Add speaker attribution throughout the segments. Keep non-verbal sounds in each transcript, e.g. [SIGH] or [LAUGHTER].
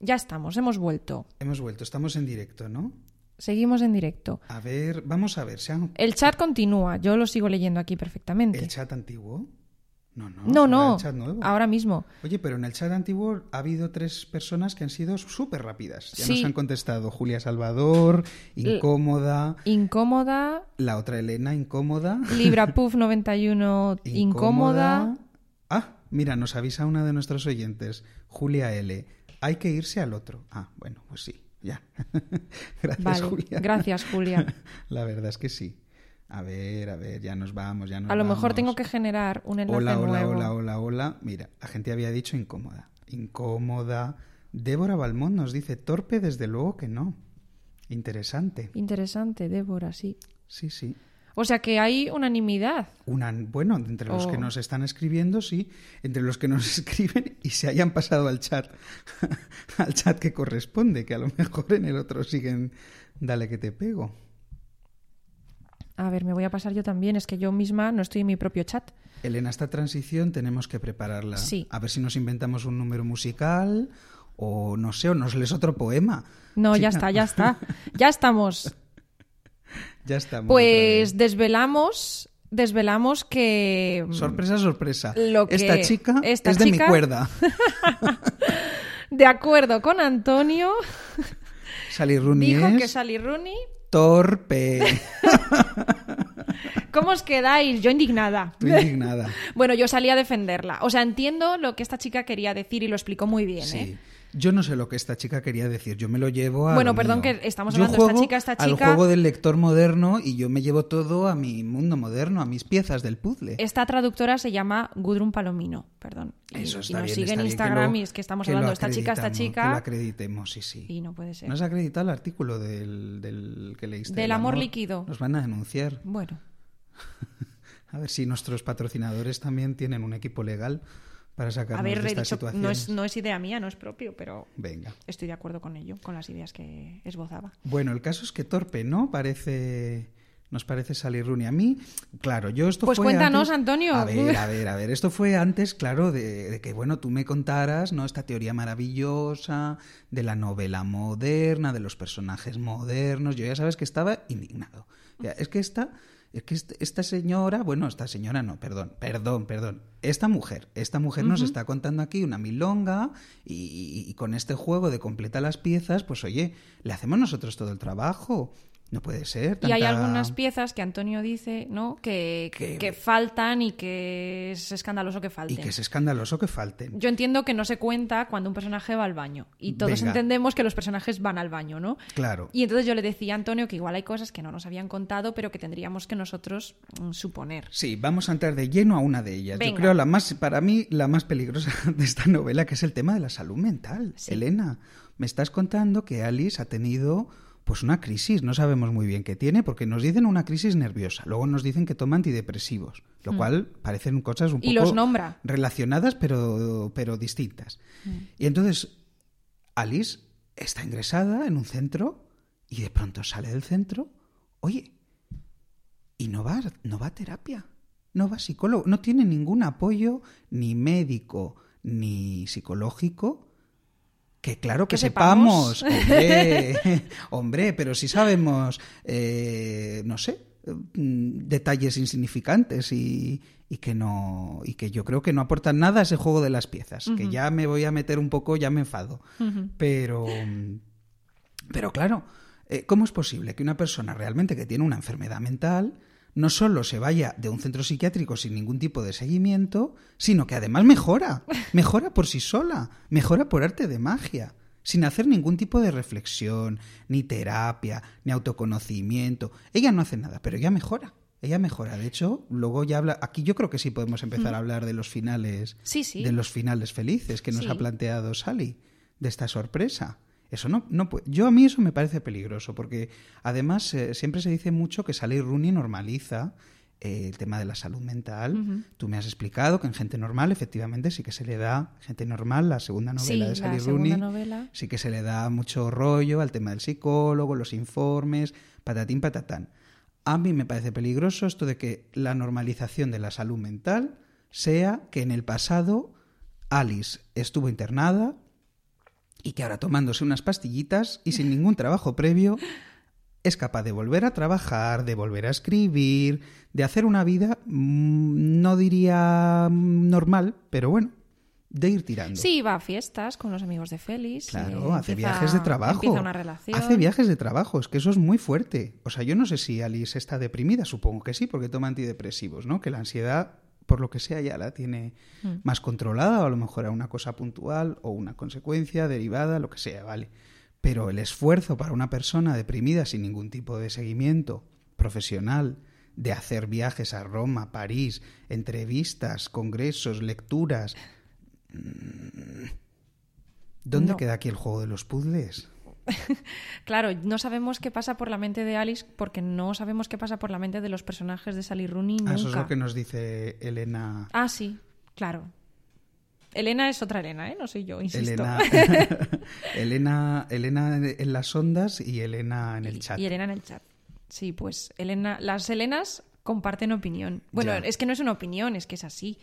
Speaker 1: Ya estamos, hemos vuelto.
Speaker 2: Hemos vuelto, estamos en directo, ¿no?
Speaker 1: Seguimos en directo.
Speaker 2: A ver, vamos a ver, se han-
Speaker 1: El chat continúa, yo lo sigo leyendo aquí perfectamente.
Speaker 2: ¿El chat antiguo? No, no.
Speaker 1: no,
Speaker 2: ahora
Speaker 1: no,
Speaker 2: El chat nuevo.
Speaker 1: ahora mismo.
Speaker 2: Oye, pero en el chat antiguo ha habido tres personas que han sido súper rápidas. Ya
Speaker 1: Sí.
Speaker 2: nos han contestado Julia Salvador, incómoda,
Speaker 1: Incómoda,
Speaker 2: la otra Elena, incómoda. [LAUGHS]
Speaker 1: LibraPuff91 incómoda.
Speaker 2: Ah, mira, nos avisa una de nuestros oyentes, Julia L. Hay que irse al otro. Ah, bueno, pues sí, ya. [LAUGHS] gracias,
Speaker 1: Vale,
Speaker 2: Julia.
Speaker 1: gracias,
Speaker 2: [LAUGHS]
Speaker 1: Julia.
Speaker 2: La verdad es que sí. A ver, a ver, ya nos vamos, ya nos
Speaker 1: A lo mejor
Speaker 2: vamos.
Speaker 1: tengo que generar un enlace
Speaker 2: Hola, hola,
Speaker 1: nuevo.
Speaker 2: hola, hola, hola. Mira, la gente había dicho incómoda. Incómoda. Débora Balmón nos dice torpe, desde luego que no. Interesante.
Speaker 1: Interesante, Débora, sí.
Speaker 2: Sí, sí.
Speaker 1: O sea que hay unanimidad.
Speaker 2: Una, bueno, entre los que
Speaker 1: Oh.
Speaker 2: nos están escribiendo, sí, entre los que nos [LAUGHS] escriben y se hayan pasado al chat, [LAUGHS] al chat que corresponde, que a lo mejor en el otro siguen, dale que te pego.
Speaker 1: A ver, me voy a pasar yo también, es que yo misma no estoy en mi propio chat.
Speaker 2: Elena, esta transición tenemos que prepararla.
Speaker 1: Sí.
Speaker 2: A ver si nos inventamos un número musical o no sé, o nos lees otro poema.
Speaker 1: No,
Speaker 2: Chica,
Speaker 1: ya está, ya
Speaker 2: [LAUGHS]
Speaker 1: está. Ya estamos.
Speaker 2: Ya estamos.
Speaker 1: Pues desvelamos, desvelamos que
Speaker 2: Sorpresa, sorpresa.
Speaker 1: Lo que-
Speaker 2: esta chica
Speaker 1: esta
Speaker 2: es de
Speaker 1: chica- [LAUGHS]
Speaker 2: mi cuerda.
Speaker 1: de acuerdo con Antonio
Speaker 2: Sally Rooney
Speaker 1: dijo
Speaker 2: es
Speaker 1: que Sally Rooney.
Speaker 2: torpe.
Speaker 1: ¿Cómo os quedáis? Yo indignada. [LAUGHS]
Speaker 2: Estoy indignada.
Speaker 1: Bueno, yo salí a defenderla. O sea, entiendo lo que esta chica quería decir y lo explicó muy bien, ¿eh?
Speaker 2: Sí. Yo no sé lo que esta chica quería decir. Yo me lo llevo a.
Speaker 1: Bueno,
Speaker 2: lo
Speaker 1: perdón,
Speaker 2: mío.
Speaker 1: que estamos
Speaker 2: Yo
Speaker 1: hablando de esta
Speaker 2: juego
Speaker 1: chica, esta
Speaker 2: Al
Speaker 1: chica-
Speaker 2: juego del lector moderno y yo me llevo todo a mi mundo moderno, a mis piezas del puzzle.
Speaker 1: Esta traductora se llama Gudrun Palomino, perdón. Y,
Speaker 2: Eso
Speaker 1: y
Speaker 2: está
Speaker 1: nos
Speaker 2: bien,
Speaker 1: sigue
Speaker 2: está
Speaker 1: en
Speaker 2: bien,
Speaker 1: Instagram
Speaker 2: lo-
Speaker 1: y es que estamos
Speaker 2: que lo
Speaker 1: hablando de esta chica, esta
Speaker 2: acreditamos, Que lo
Speaker 1: chica.
Speaker 2: acreditemos, sí, sí.
Speaker 1: Y no puede ser.
Speaker 2: ¿No has acreditado el artículo del, del que leíste?
Speaker 1: Del
Speaker 2: el
Speaker 1: amor líquido.
Speaker 2: Nos van a denunciar.
Speaker 1: Bueno,
Speaker 2: A ver si nuestros patrocinadores también tienen un equipo legal para sacarnos
Speaker 1: a ver,
Speaker 2: de
Speaker 1: he
Speaker 2: esta
Speaker 1: dicho,
Speaker 2: situación.
Speaker 1: no es, no es idea mía, no es propio, pero
Speaker 2: Venga.
Speaker 1: estoy de acuerdo con ello, con las ideas que esbozaba.
Speaker 2: Bueno, el caso es que torpe, ¿no? Parece... Nos parece salir Rooney. A mí, claro, yo esto
Speaker 1: Pues
Speaker 2: fue
Speaker 1: cuéntanos,
Speaker 2: antes-
Speaker 1: Antonio.
Speaker 2: A ver, a ver, a ver. Esto fue antes, claro, de, de que, bueno, tú me contaras, ¿no? Esta teoría maravillosa de la novela moderna, de los personajes modernos. Yo ya sabes que estaba indignado. Ya, es que esta... Es que est- esta señora, bueno, esta señora no, perdón, perdón, perdón. Esta mujer, esta mujer nos está contando aquí una milonga y, y- y con este juego de completa las piezas, pues oye, le hacemos nosotros todo el trabajo. No puede ser.
Speaker 1: Y hay
Speaker 2: tanta-
Speaker 1: algunas piezas que Antonio dice, ¿no? Que,
Speaker 2: Que-
Speaker 1: que faltan y que es escandaloso que
Speaker 2: Y
Speaker 1: falten.
Speaker 2: que es escandaloso que falten.
Speaker 1: Yo entiendo que no se cuenta cuando un personaje va al baño. Y todos
Speaker 2: Venga.
Speaker 1: entendemos que los personajes van al baño, ¿no?
Speaker 2: Claro.
Speaker 1: Y entonces yo le decía a Antonio que igual hay cosas que no nos habían contado, pero que tendríamos que nosotros mm, suponer.
Speaker 2: Sí, vamos a entrar de lleno a una de ellas. Yo
Speaker 1: Venga.
Speaker 2: creo la más, para mí, la más peligrosa [LAUGHS] de esta novela, que es el tema de la salud mental.
Speaker 1: Sí.
Speaker 2: Elena, me estás contando que Alice ha tenido pues una crisis, no sabemos muy bien qué tiene, porque nos dicen una crisis nerviosa, luego nos dicen que toma antidepresivos, lo cual parecen cosas un
Speaker 1: Mm. Y
Speaker 2: poco
Speaker 1: los nombra.
Speaker 2: relacionadas pero, pero distintas. Y entonces Alice está ingresada en un centro y de pronto sale del centro, oye, y no va, no va a terapia, no va a psicólogo, no tiene ningún apoyo ni médico ni psicológico. Que claro que,
Speaker 1: Que sepamos.
Speaker 2: sepamos, hombre, [LAUGHS] hombre, pero si sabemos, eh, no sé, mm, detalles insignificantes y, y que no, y que yo creo que no aportan nada a ese juego de las piezas, que ya me voy a meter un poco, ya me enfado, pero, mm, pero claro, eh, ¿cómo es posible que una persona realmente que tiene una enfermedad mental no solo se vaya de un centro psiquiátrico sin ningún tipo de seguimiento, sino que además mejora? Mejora por sí sola, mejora por arte de magia, sin hacer ningún tipo de reflexión, ni terapia, ni autoconocimiento. Ella no hace nada, pero ella mejora. Ella mejora, de hecho, luego ya habla. Aquí yo creo que sí podemos empezar a hablar de los finales,
Speaker 1: Sí, sí.
Speaker 2: de los finales felices que nos
Speaker 1: Sí.
Speaker 2: ha planteado Sally de esta sorpresa. Eso no, no pu- yo a mí eso me parece peligroso porque además eh, siempre se dice mucho que Sally Rooney normaliza eh, el tema de la salud mental. Tú me has explicado que en gente normal efectivamente sí que se le da gente normal la segunda
Speaker 1: Sí,
Speaker 2: novela
Speaker 1: la
Speaker 2: de Sally
Speaker 1: segunda
Speaker 2: Rooney
Speaker 1: novela.
Speaker 2: sí que se le da mucho rollo al tema del psicólogo, los informes, patatín patatán. A mí me parece peligroso esto de que la normalización de la salud mental sea que en el pasado Alice estuvo internada, y que ahora tomándose unas pastillitas y sin ningún trabajo previo es capaz de volver a trabajar, de volver a escribir, de hacer una vida, mm, no diría mm, normal, pero bueno, de ir tirando.
Speaker 1: Sí, va a fiestas con los amigos de Félix.
Speaker 2: Claro,
Speaker 1: eh,
Speaker 2: hace
Speaker 1: empieza-
Speaker 2: viajes de trabajo.
Speaker 1: Empieza una relación.
Speaker 2: Hace viajes de trabajo, es que eso es muy fuerte. O sea, yo no sé si Alice está deprimida, supongo que sí, porque toma antidepresivos, ¿no? Que la ansiedad, por lo que sea, ya la tiene
Speaker 1: Mm.
Speaker 2: más controlada, o a lo mejor a una cosa puntual o una consecuencia derivada, lo que sea, ¿vale? Pero el esfuerzo para una persona deprimida sin ningún tipo de seguimiento profesional, de hacer viajes a Roma, París, entrevistas, congresos, lecturas. mm, ¿Dónde
Speaker 1: No.
Speaker 2: queda aquí el juego de los puzzles?
Speaker 1: Claro, no sabemos qué pasa por la mente de Alice porque no sabemos qué pasa por la mente de los personajes de Sally Rooney nunca.
Speaker 2: Ah, Eso es lo que nos dice Elena.
Speaker 1: Ah, sí, claro. Elena es otra Elena, ¿eh? No soy yo, insisto. [LAUGHS]
Speaker 2: Elena, Elena, Elena en las ondas y Elena en el
Speaker 1: Y-
Speaker 2: chat.
Speaker 1: Y Elena en el chat. Sí, pues Elena, las Elenas comparten opinión. Bueno,
Speaker 2: Ya.
Speaker 1: es que no es una opinión, es que es así.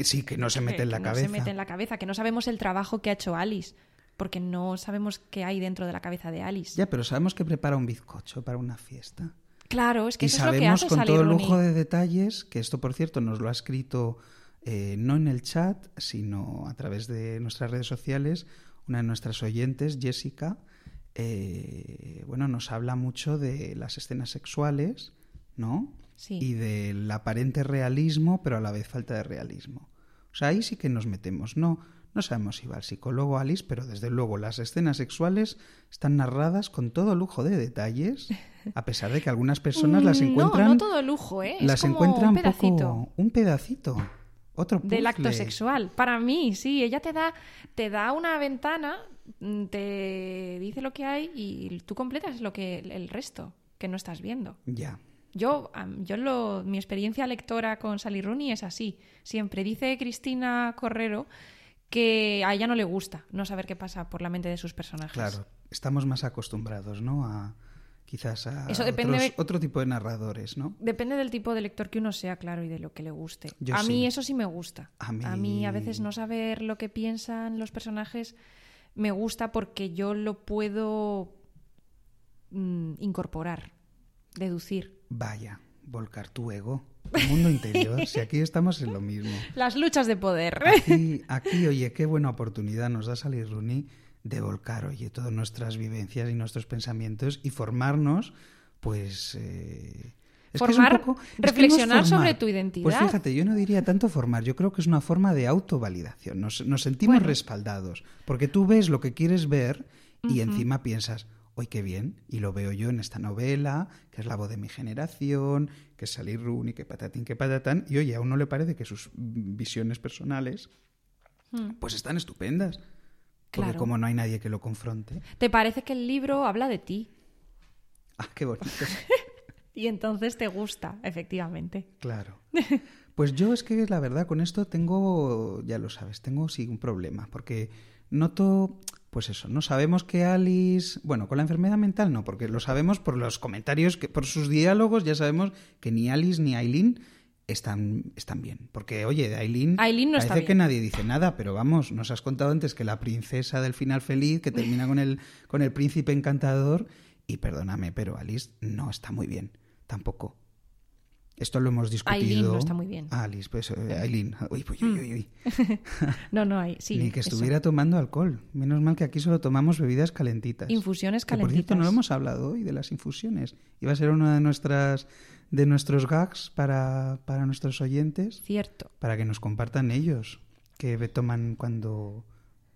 Speaker 2: Sí, que no se
Speaker 1: que-
Speaker 2: mete en la
Speaker 1: que
Speaker 2: cabeza.
Speaker 1: No se mete en la cabeza, que no sabemos el trabajo que ha hecho Alice, porque no sabemos qué hay dentro de la cabeza de Alice.
Speaker 2: Ya, pero sabemos que prepara un bizcocho para una fiesta.
Speaker 1: Claro, es que
Speaker 2: y
Speaker 1: eso es lo que
Speaker 2: sabemos
Speaker 1: hace
Speaker 2: con
Speaker 1: Sally
Speaker 2: todo
Speaker 1: Rooney.
Speaker 2: lujo de detalles, que esto por cierto nos lo ha escrito eh, no en el chat, sino a través de nuestras redes sociales, una de nuestras oyentes, Jessica, eh, bueno, nos habla mucho de las escenas sexuales, ¿no?
Speaker 1: Sí.
Speaker 2: Y del aparente realismo, pero a la vez falta de realismo. O sea, ahí sí que nos metemos, ¿no? No sabemos si va al psicólogo Alice, pero desde luego las escenas sexuales están narradas con todo lujo
Speaker 1: [LAUGHS]
Speaker 2: de detalles, a pesar de que algunas personas las
Speaker 1: Mm,
Speaker 2: encuentran
Speaker 1: No, no todo lujo, ¿eh? Es
Speaker 2: las
Speaker 1: como
Speaker 2: encuentran
Speaker 1: un
Speaker 2: un
Speaker 1: pedacito
Speaker 2: poco un pedacito, otro puzzle.
Speaker 1: del acto sexual. Para mí, sí, ella te da, te da una ventana, mm, te dice lo que hay y tú completas lo que el resto que no estás viendo.
Speaker 2: Ya.
Speaker 1: Yo, am, yo lo, mi experiencia lectora con Sally Rooney es así. Siempre dice Cristina Correro que a ella no le gusta no saber qué pasa por la mente de sus personajes.
Speaker 2: Claro, estamos más acostumbrados, ¿no? A quizás a
Speaker 1: Eso depende
Speaker 2: otros-
Speaker 1: de-
Speaker 2: otro tipo de narradores, ¿no?
Speaker 1: Depende del tipo de lector que uno sea, claro, y de lo que le guste.
Speaker 2: Yo
Speaker 1: a mí
Speaker 2: sí.
Speaker 1: eso sí me gusta.
Speaker 2: A mí-
Speaker 1: a veces no saber lo que piensan los personajes me gusta porque yo lo puedo mm, incorporar, deducir.
Speaker 2: Vaya, volcar tu ego, tu mundo interior, si aquí estamos en lo mismo.
Speaker 1: Las luchas de poder.
Speaker 2: Aquí, aquí, oye, qué buena oportunidad nos da salir Rooney de volcar, oye, todas nuestras vivencias y nuestros pensamientos y formarnos, pues... eh, es que es un
Speaker 1: Formar,
Speaker 2: poco- es que
Speaker 1: reflexionar
Speaker 2: no es formar.
Speaker 1: sobre tu identidad.
Speaker 2: Pues fíjate, yo no diría tanto formar, yo creo que es una forma de autovalidación. Nos, nos sentimos
Speaker 1: Bueno.
Speaker 2: respaldados, porque tú ves lo que quieres ver y encima piensas, hoy qué bien! Y lo veo yo en esta novela, que es la voz de mi generación, que es Sally Rooney, que patatín, que patatán. Y oye, a uno le parece que sus mm, visiones personales
Speaker 1: Mm.
Speaker 2: pues están estupendas. Porque
Speaker 1: Claro.
Speaker 2: como no hay nadie que lo confronte.
Speaker 1: [LAUGHS]
Speaker 2: [LAUGHS]
Speaker 1: ¿Te parece que el libro habla de ti?
Speaker 2: ¡Ah, qué bonito!
Speaker 1: Y entonces te gusta, efectivamente. [LAUGHS]
Speaker 2: Claro. Pues yo es que la verdad con esto tengo, ya lo sabes, tengo sí un problema, porque noto, pues eso, no sabemos que Alice, bueno, con la enfermedad mental no, porque lo sabemos por los comentarios, que, por sus diálogos, ya sabemos que ni Alice ni Aileen están, están bien, porque oye, de Aileen,
Speaker 1: Aileen no
Speaker 2: parece
Speaker 1: está
Speaker 2: que
Speaker 1: bien.
Speaker 2: nadie dice nada, pero vamos, nos has contado antes que la princesa del final feliz, que termina con el, con el príncipe encantador, y perdóname, pero Alice no está muy bien, tampoco. Esto lo hemos discutido.
Speaker 1: Aileen no está muy bien.
Speaker 2: Ah, Alice, pues, eh, Aileen. Uy, uy, uy, uy, uy.
Speaker 1: No, no hay. Sí,
Speaker 2: Ni que
Speaker 1: eso.
Speaker 2: estuviera tomando alcohol. Menos mal que aquí solo tomamos bebidas calentitas.
Speaker 1: Infusiones
Speaker 2: Que, por cierto,
Speaker 1: calentitas.
Speaker 2: no lo hemos hablado hoy de las infusiones. Iba a ser una de nuestras de nuestros gags para, para nuestros oyentes,
Speaker 1: Cierto.
Speaker 2: para que nos compartan ellos que be- toman cuando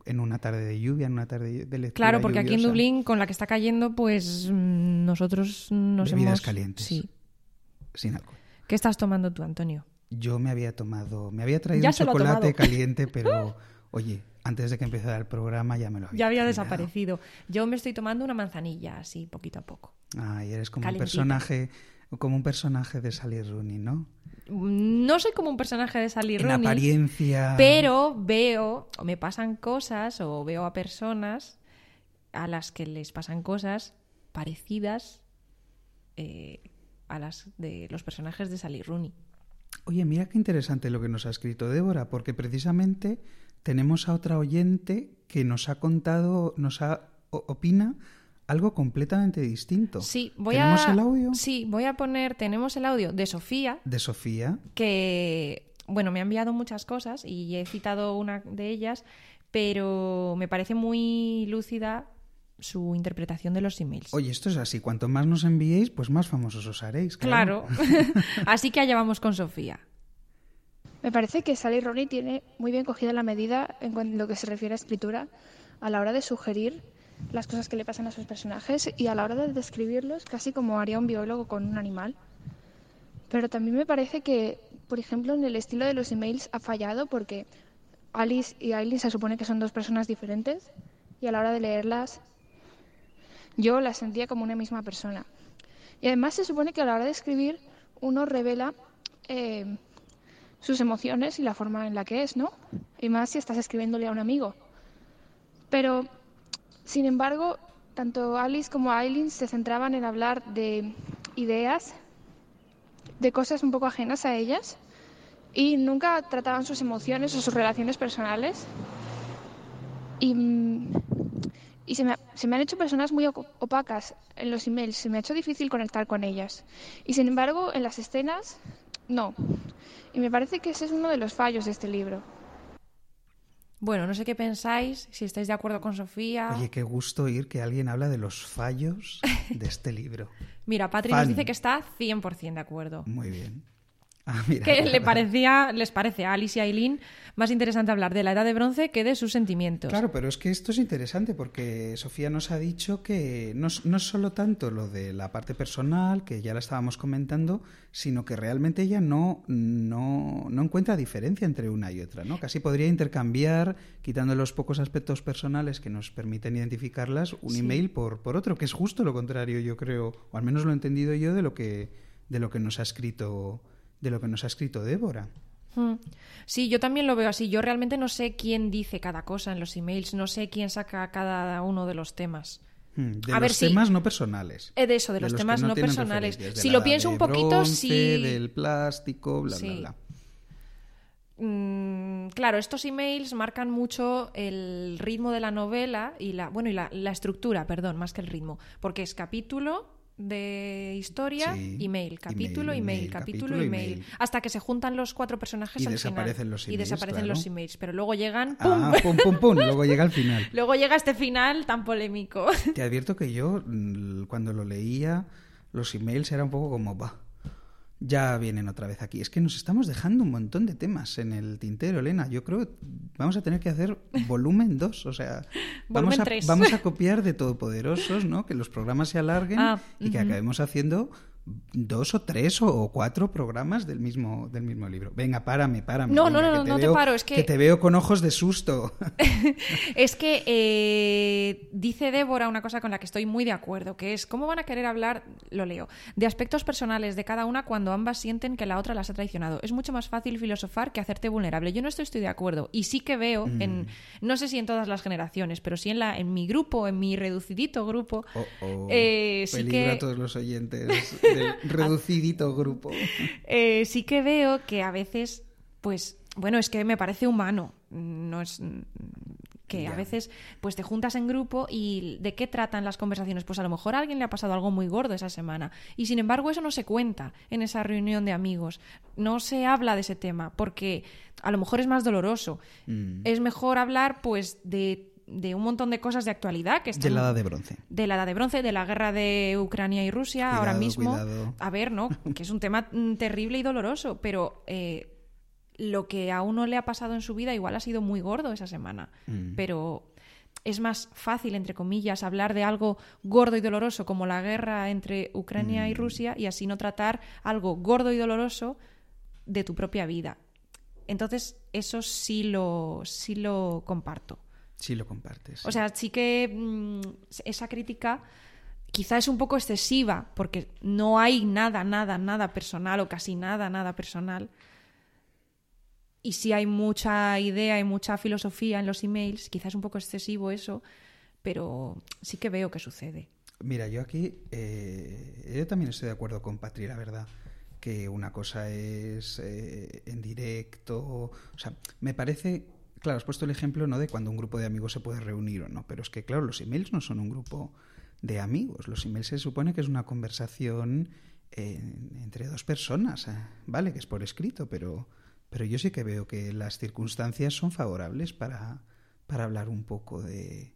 Speaker 2: en una tarde de lluvia, en una tarde de lectura
Speaker 1: Claro, porque aquí en
Speaker 2: lluviosa.
Speaker 1: Dublín, con la que está cayendo, pues mm, nosotros nos
Speaker 2: Bebidas
Speaker 1: hemos...
Speaker 2: calientes.
Speaker 1: Sí.
Speaker 2: sin alcohol.
Speaker 1: ¿Qué estás tomando tú, Antonio?
Speaker 2: Yo me había tomado, me había traído
Speaker 1: Ya
Speaker 2: un
Speaker 1: se lo ha
Speaker 2: chocolate
Speaker 1: tomado. [LAUGHS]
Speaker 2: caliente, pero oye, antes de que empezara el programa ya me lo había
Speaker 1: Ya había
Speaker 2: terminado.
Speaker 1: desaparecido. Yo me estoy tomando una manzanilla, así, poquito a poco.
Speaker 2: Ay, eres como
Speaker 1: Calentita.
Speaker 2: un personaje, como un personaje de Sally Rooney, ¿no?
Speaker 1: Mm, No soy como un personaje de Sally
Speaker 2: En
Speaker 1: Rooney,
Speaker 2: apariencia.
Speaker 1: pero veo, o me pasan cosas, o veo a personas a las que les pasan cosas parecidas eh, a las de los personajes de Sally Rooney.
Speaker 2: Oye, mira qué interesante lo que nos ha escrito Débora, porque precisamente tenemos a otra oyente que nos ha contado, nos ha, o- opina algo completamente distinto.
Speaker 1: Sí, voy
Speaker 2: ¿Tenemos
Speaker 1: a.
Speaker 2: el audio?
Speaker 1: Sí, voy a poner. Tenemos el audio de Sofía,
Speaker 2: De Sofía.
Speaker 1: que. Bueno, me ha enviado muchas cosas y he citado una de ellas, pero me parece muy lúcida su interpretación de los emails.
Speaker 2: Oye, esto es así. Cuanto más nos enviéis, pues más famosos os haréis.
Speaker 1: Claro. [LAUGHS] Así que allá vamos con Sofía.
Speaker 3: Me parece que Sally Rooney tiene muy bien cogida la medida en cuan- lo que se refiere a escritura a la hora de sugerir las cosas que le pasan a sus personajes y a la hora de describirlos casi como haría un biólogo con un animal. Pero también me parece que, por ejemplo, en el estilo de los emails ha fallado porque Alice y Aileen se supone que son dos personas diferentes y a la hora de leerlas yo las sentía como una misma persona. Y además se supone que a la hora de escribir uno revela eh, sus emociones y la forma en la que es, ¿no? Y más si estás escribiéndole a un amigo. Pero, sin embargo, tanto Alice como Aileen se centraban en hablar de ideas, de cosas un poco ajenas a ellas, y nunca trataban sus emociones o sus relaciones personales. Y, mm, y se, me, ha- se me han hecho personas muy oco- opacas en los emails, se me ha hecho difícil conectar con ellas. Y sin embargo, en las escenas, no. Y me parece que ese es uno de los fallos de este libro.
Speaker 1: Bueno, no sé qué pensáis, si estáis de acuerdo con Sofía.
Speaker 2: Oye, qué gusto oír que alguien habla de los fallos de este libro.
Speaker 1: Mira, Patri
Speaker 2: fan. Mm,
Speaker 1: nos dice que está 100% de acuerdo.
Speaker 2: Muy bien. Ah, mira,
Speaker 1: Que le
Speaker 2: claro.
Speaker 1: parecía, les parece a Alice y a Eileen más interesante hablar de la edad de bronce que de sus sentimientos.
Speaker 2: Claro, pero es que esto es interesante porque Sofía nos ha dicho que no, es- no es solo tanto lo de la parte personal, que ya la estábamos comentando, sino que realmente ella no, no, no encuentra diferencia entre una y otra, ¿no? Casi podría intercambiar, quitando los pocos aspectos personales que nos permiten identificarlas, un
Speaker 1: Sí.
Speaker 2: email por, por otro, que es justo lo contrario, yo creo, o al menos lo he entendido yo de lo que, de lo que nos ha escrito, de lo que nos ha escrito Débora.
Speaker 1: Mm. Sí, yo también lo veo así. Yo realmente no sé quién dice cada cosa en los emails, no sé quién saca cada uno de los temas.
Speaker 2: Hmm, De
Speaker 1: A
Speaker 2: los
Speaker 1: ver, sí.
Speaker 2: temas no personales.
Speaker 1: Eh, de eso, de los
Speaker 2: que
Speaker 1: temas no
Speaker 2: tienen
Speaker 1: personales.
Speaker 2: referencias, de
Speaker 1: Si
Speaker 2: la
Speaker 1: lo
Speaker 2: edad
Speaker 1: pienso
Speaker 2: de
Speaker 1: un poquito,
Speaker 2: bronce,
Speaker 1: sí.
Speaker 2: Del plástico, bla,
Speaker 1: Sí.
Speaker 2: bla,
Speaker 1: Mm, claro, estos emails marcan mucho el ritmo de la novela y la, bueno, y la, la estructura, perdón, más que el ritmo, porque es capítulo de historia,
Speaker 2: Sí.
Speaker 1: email, capítulo,
Speaker 2: Email,
Speaker 1: email,
Speaker 2: email,
Speaker 1: capítulo,
Speaker 2: capítulo,
Speaker 1: email,
Speaker 2: email.
Speaker 1: hasta que se juntan los cuatro personajes
Speaker 2: Y
Speaker 1: al
Speaker 2: desaparecen
Speaker 1: final,
Speaker 2: los
Speaker 1: y
Speaker 2: emails,
Speaker 1: desaparecen
Speaker 2: claro.
Speaker 1: los emails, pero luego llegan,
Speaker 2: bla.
Speaker 1: ¡pum!
Speaker 2: Ah, pum, pum, pum. Luego llega al final.
Speaker 1: luego llega este final tan polémico.
Speaker 2: Te advierto que yo, mm, cuando lo leía, los emails era un poco como, va, ya vienen otra vez aquí. Es que nos estamos dejando un montón de temas en el tintero, Elena. Yo creo que vamos a tener que hacer volumen [LAUGHS] 2, o sea, vamos
Speaker 1: Volumen
Speaker 2: a,
Speaker 1: tres. [LAUGHS]
Speaker 2: vamos a copiar de Todopoderosos, ¿no? Que los programas se alarguen
Speaker 1: Ah,
Speaker 2: y que
Speaker 1: ujú.
Speaker 2: acabemos haciendo dos o tres o- o cuatro programas del mismo, del mismo libro. Venga, párame, párame.
Speaker 1: No, no,
Speaker 2: venga,
Speaker 1: no,
Speaker 2: que
Speaker 1: no te
Speaker 2: veo-
Speaker 1: paro, es que-
Speaker 2: te veo con ojos de susto.
Speaker 1: [LAUGHS] Es que eh, dice Débora una cosa con la que estoy muy de acuerdo, que es cómo van a querer hablar, lo leo, de aspectos personales de cada una cuando ambas sienten que la otra las ha traicionado. Es mucho más fácil filosofar que hacerte vulnerable. Yo no estoy, estoy de acuerdo. Y sí que veo, en, no sé si en todas las generaciones, pero sí en, la, en mi grupo, en mi reducidito grupo,
Speaker 2: Oh, oh.
Speaker 1: eh, sí
Speaker 2: Peligro a
Speaker 1: que...
Speaker 2: todos los oyentes
Speaker 1: [LAUGHS]
Speaker 2: del reducidito grupo.
Speaker 1: Eh, sí que veo que a veces, pues, bueno, es que me parece humano. No es mm, que
Speaker 2: Ya.
Speaker 1: a veces pues te juntas en grupo y de qué tratan las conversaciones pues a lo mejor a alguien le ha pasado algo muy gordo esa semana y sin embargo eso no se cuenta en esa reunión de amigos no se habla de ese tema porque a lo mejor es más doloroso
Speaker 2: Mm.
Speaker 1: es mejor hablar pues de, de un montón de cosas de actualidad que
Speaker 2: De
Speaker 1: están
Speaker 2: la edad de bronce.
Speaker 1: de la edad de bronce, de la guerra de Ucrania y Rusia
Speaker 2: Cuidado,
Speaker 1: ahora mismo.
Speaker 2: cuidado.
Speaker 1: A ver, ¿no? Que es un tema mm, terrible y doloroso, pero eh, lo que a uno le ha pasado en su vida igual ha sido muy gordo esa semana.
Speaker 2: Mm.
Speaker 1: Pero es más fácil, entre comillas, hablar de algo gordo y doloroso como la guerra entre Ucrania
Speaker 2: Mm.
Speaker 1: y Rusia y así no tratar algo gordo y doloroso de tu propia vida. Entonces, eso sí lo, sí lo comparto.
Speaker 2: Sí lo compartes.
Speaker 1: O sea, sí que mm, esa crítica quizá es un poco excesiva, porque no hay nada, nada, nada personal o casi nada, nada personal. Y sí hay mucha idea y mucha filosofía en los emails, quizás es un poco excesivo eso, pero sí que veo que sucede.
Speaker 2: Mira, yo aquí, eh, yo también estoy de acuerdo con Patri, la verdad, que una cosa es eh, en directo, o sea, me parece Claro, has puesto el ejemplo ¿no? de cuando un grupo de amigos se puede reunir o no, pero es que, claro, los emails no son un grupo de amigos. Los emails se supone que es una conversación eh, entre dos personas, ¿eh? ¿vale? Que es por escrito, pero, pero yo sí que veo que las circunstancias son favorables para, para hablar un poco de,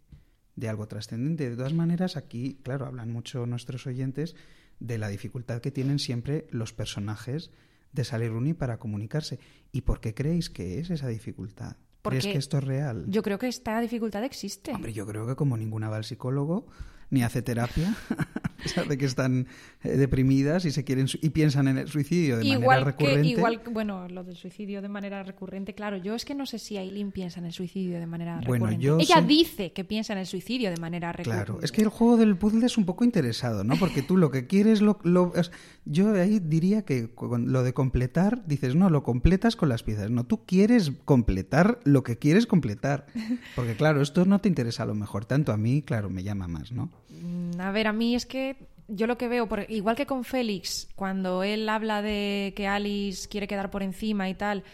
Speaker 2: de algo trascendente. De todas maneras, aquí, claro, hablan mucho nuestros oyentes de la dificultad que tienen siempre los personajes de salir Rooney para comunicarse. ¿Y por qué creéis que es esa dificultad?
Speaker 1: Porque
Speaker 2: ¿Crees que esto es real?
Speaker 1: Yo creo que esta dificultad existe.
Speaker 2: Hombre, yo creo que como ninguna va al psicólogo ni hace terapia, [LAUGHS] a pesar de que están eh, deprimidas y se quieren su- y piensan en el suicidio de manera
Speaker 1: igual que,
Speaker 2: recurrente.
Speaker 1: igual, bueno, lo del suicidio de manera recurrente, claro, yo es que no sé si Aileen piensa en el suicidio de manera
Speaker 2: Bueno,
Speaker 1: recurrente.
Speaker 2: yo
Speaker 1: Ella
Speaker 2: sé-
Speaker 1: dice que piensa en el suicidio de manera recurrente.
Speaker 2: Claro, es que el juego del puzzle es un poco interesado, ¿no? Porque tú lo que quieres, lo, lo- es- yo ahí diría que con lo de completar, dices, no, lo completas con las piezas, no, tú quieres completar lo que quieres completar. Porque claro, esto no te interesa a lo mejor tanto, a mí, claro, me llama más, ¿no?
Speaker 1: Mm, A ver, a mí es que yo lo que veo, por, igual que con Félix, cuando él habla de que Alice quiere quedar por encima y tal,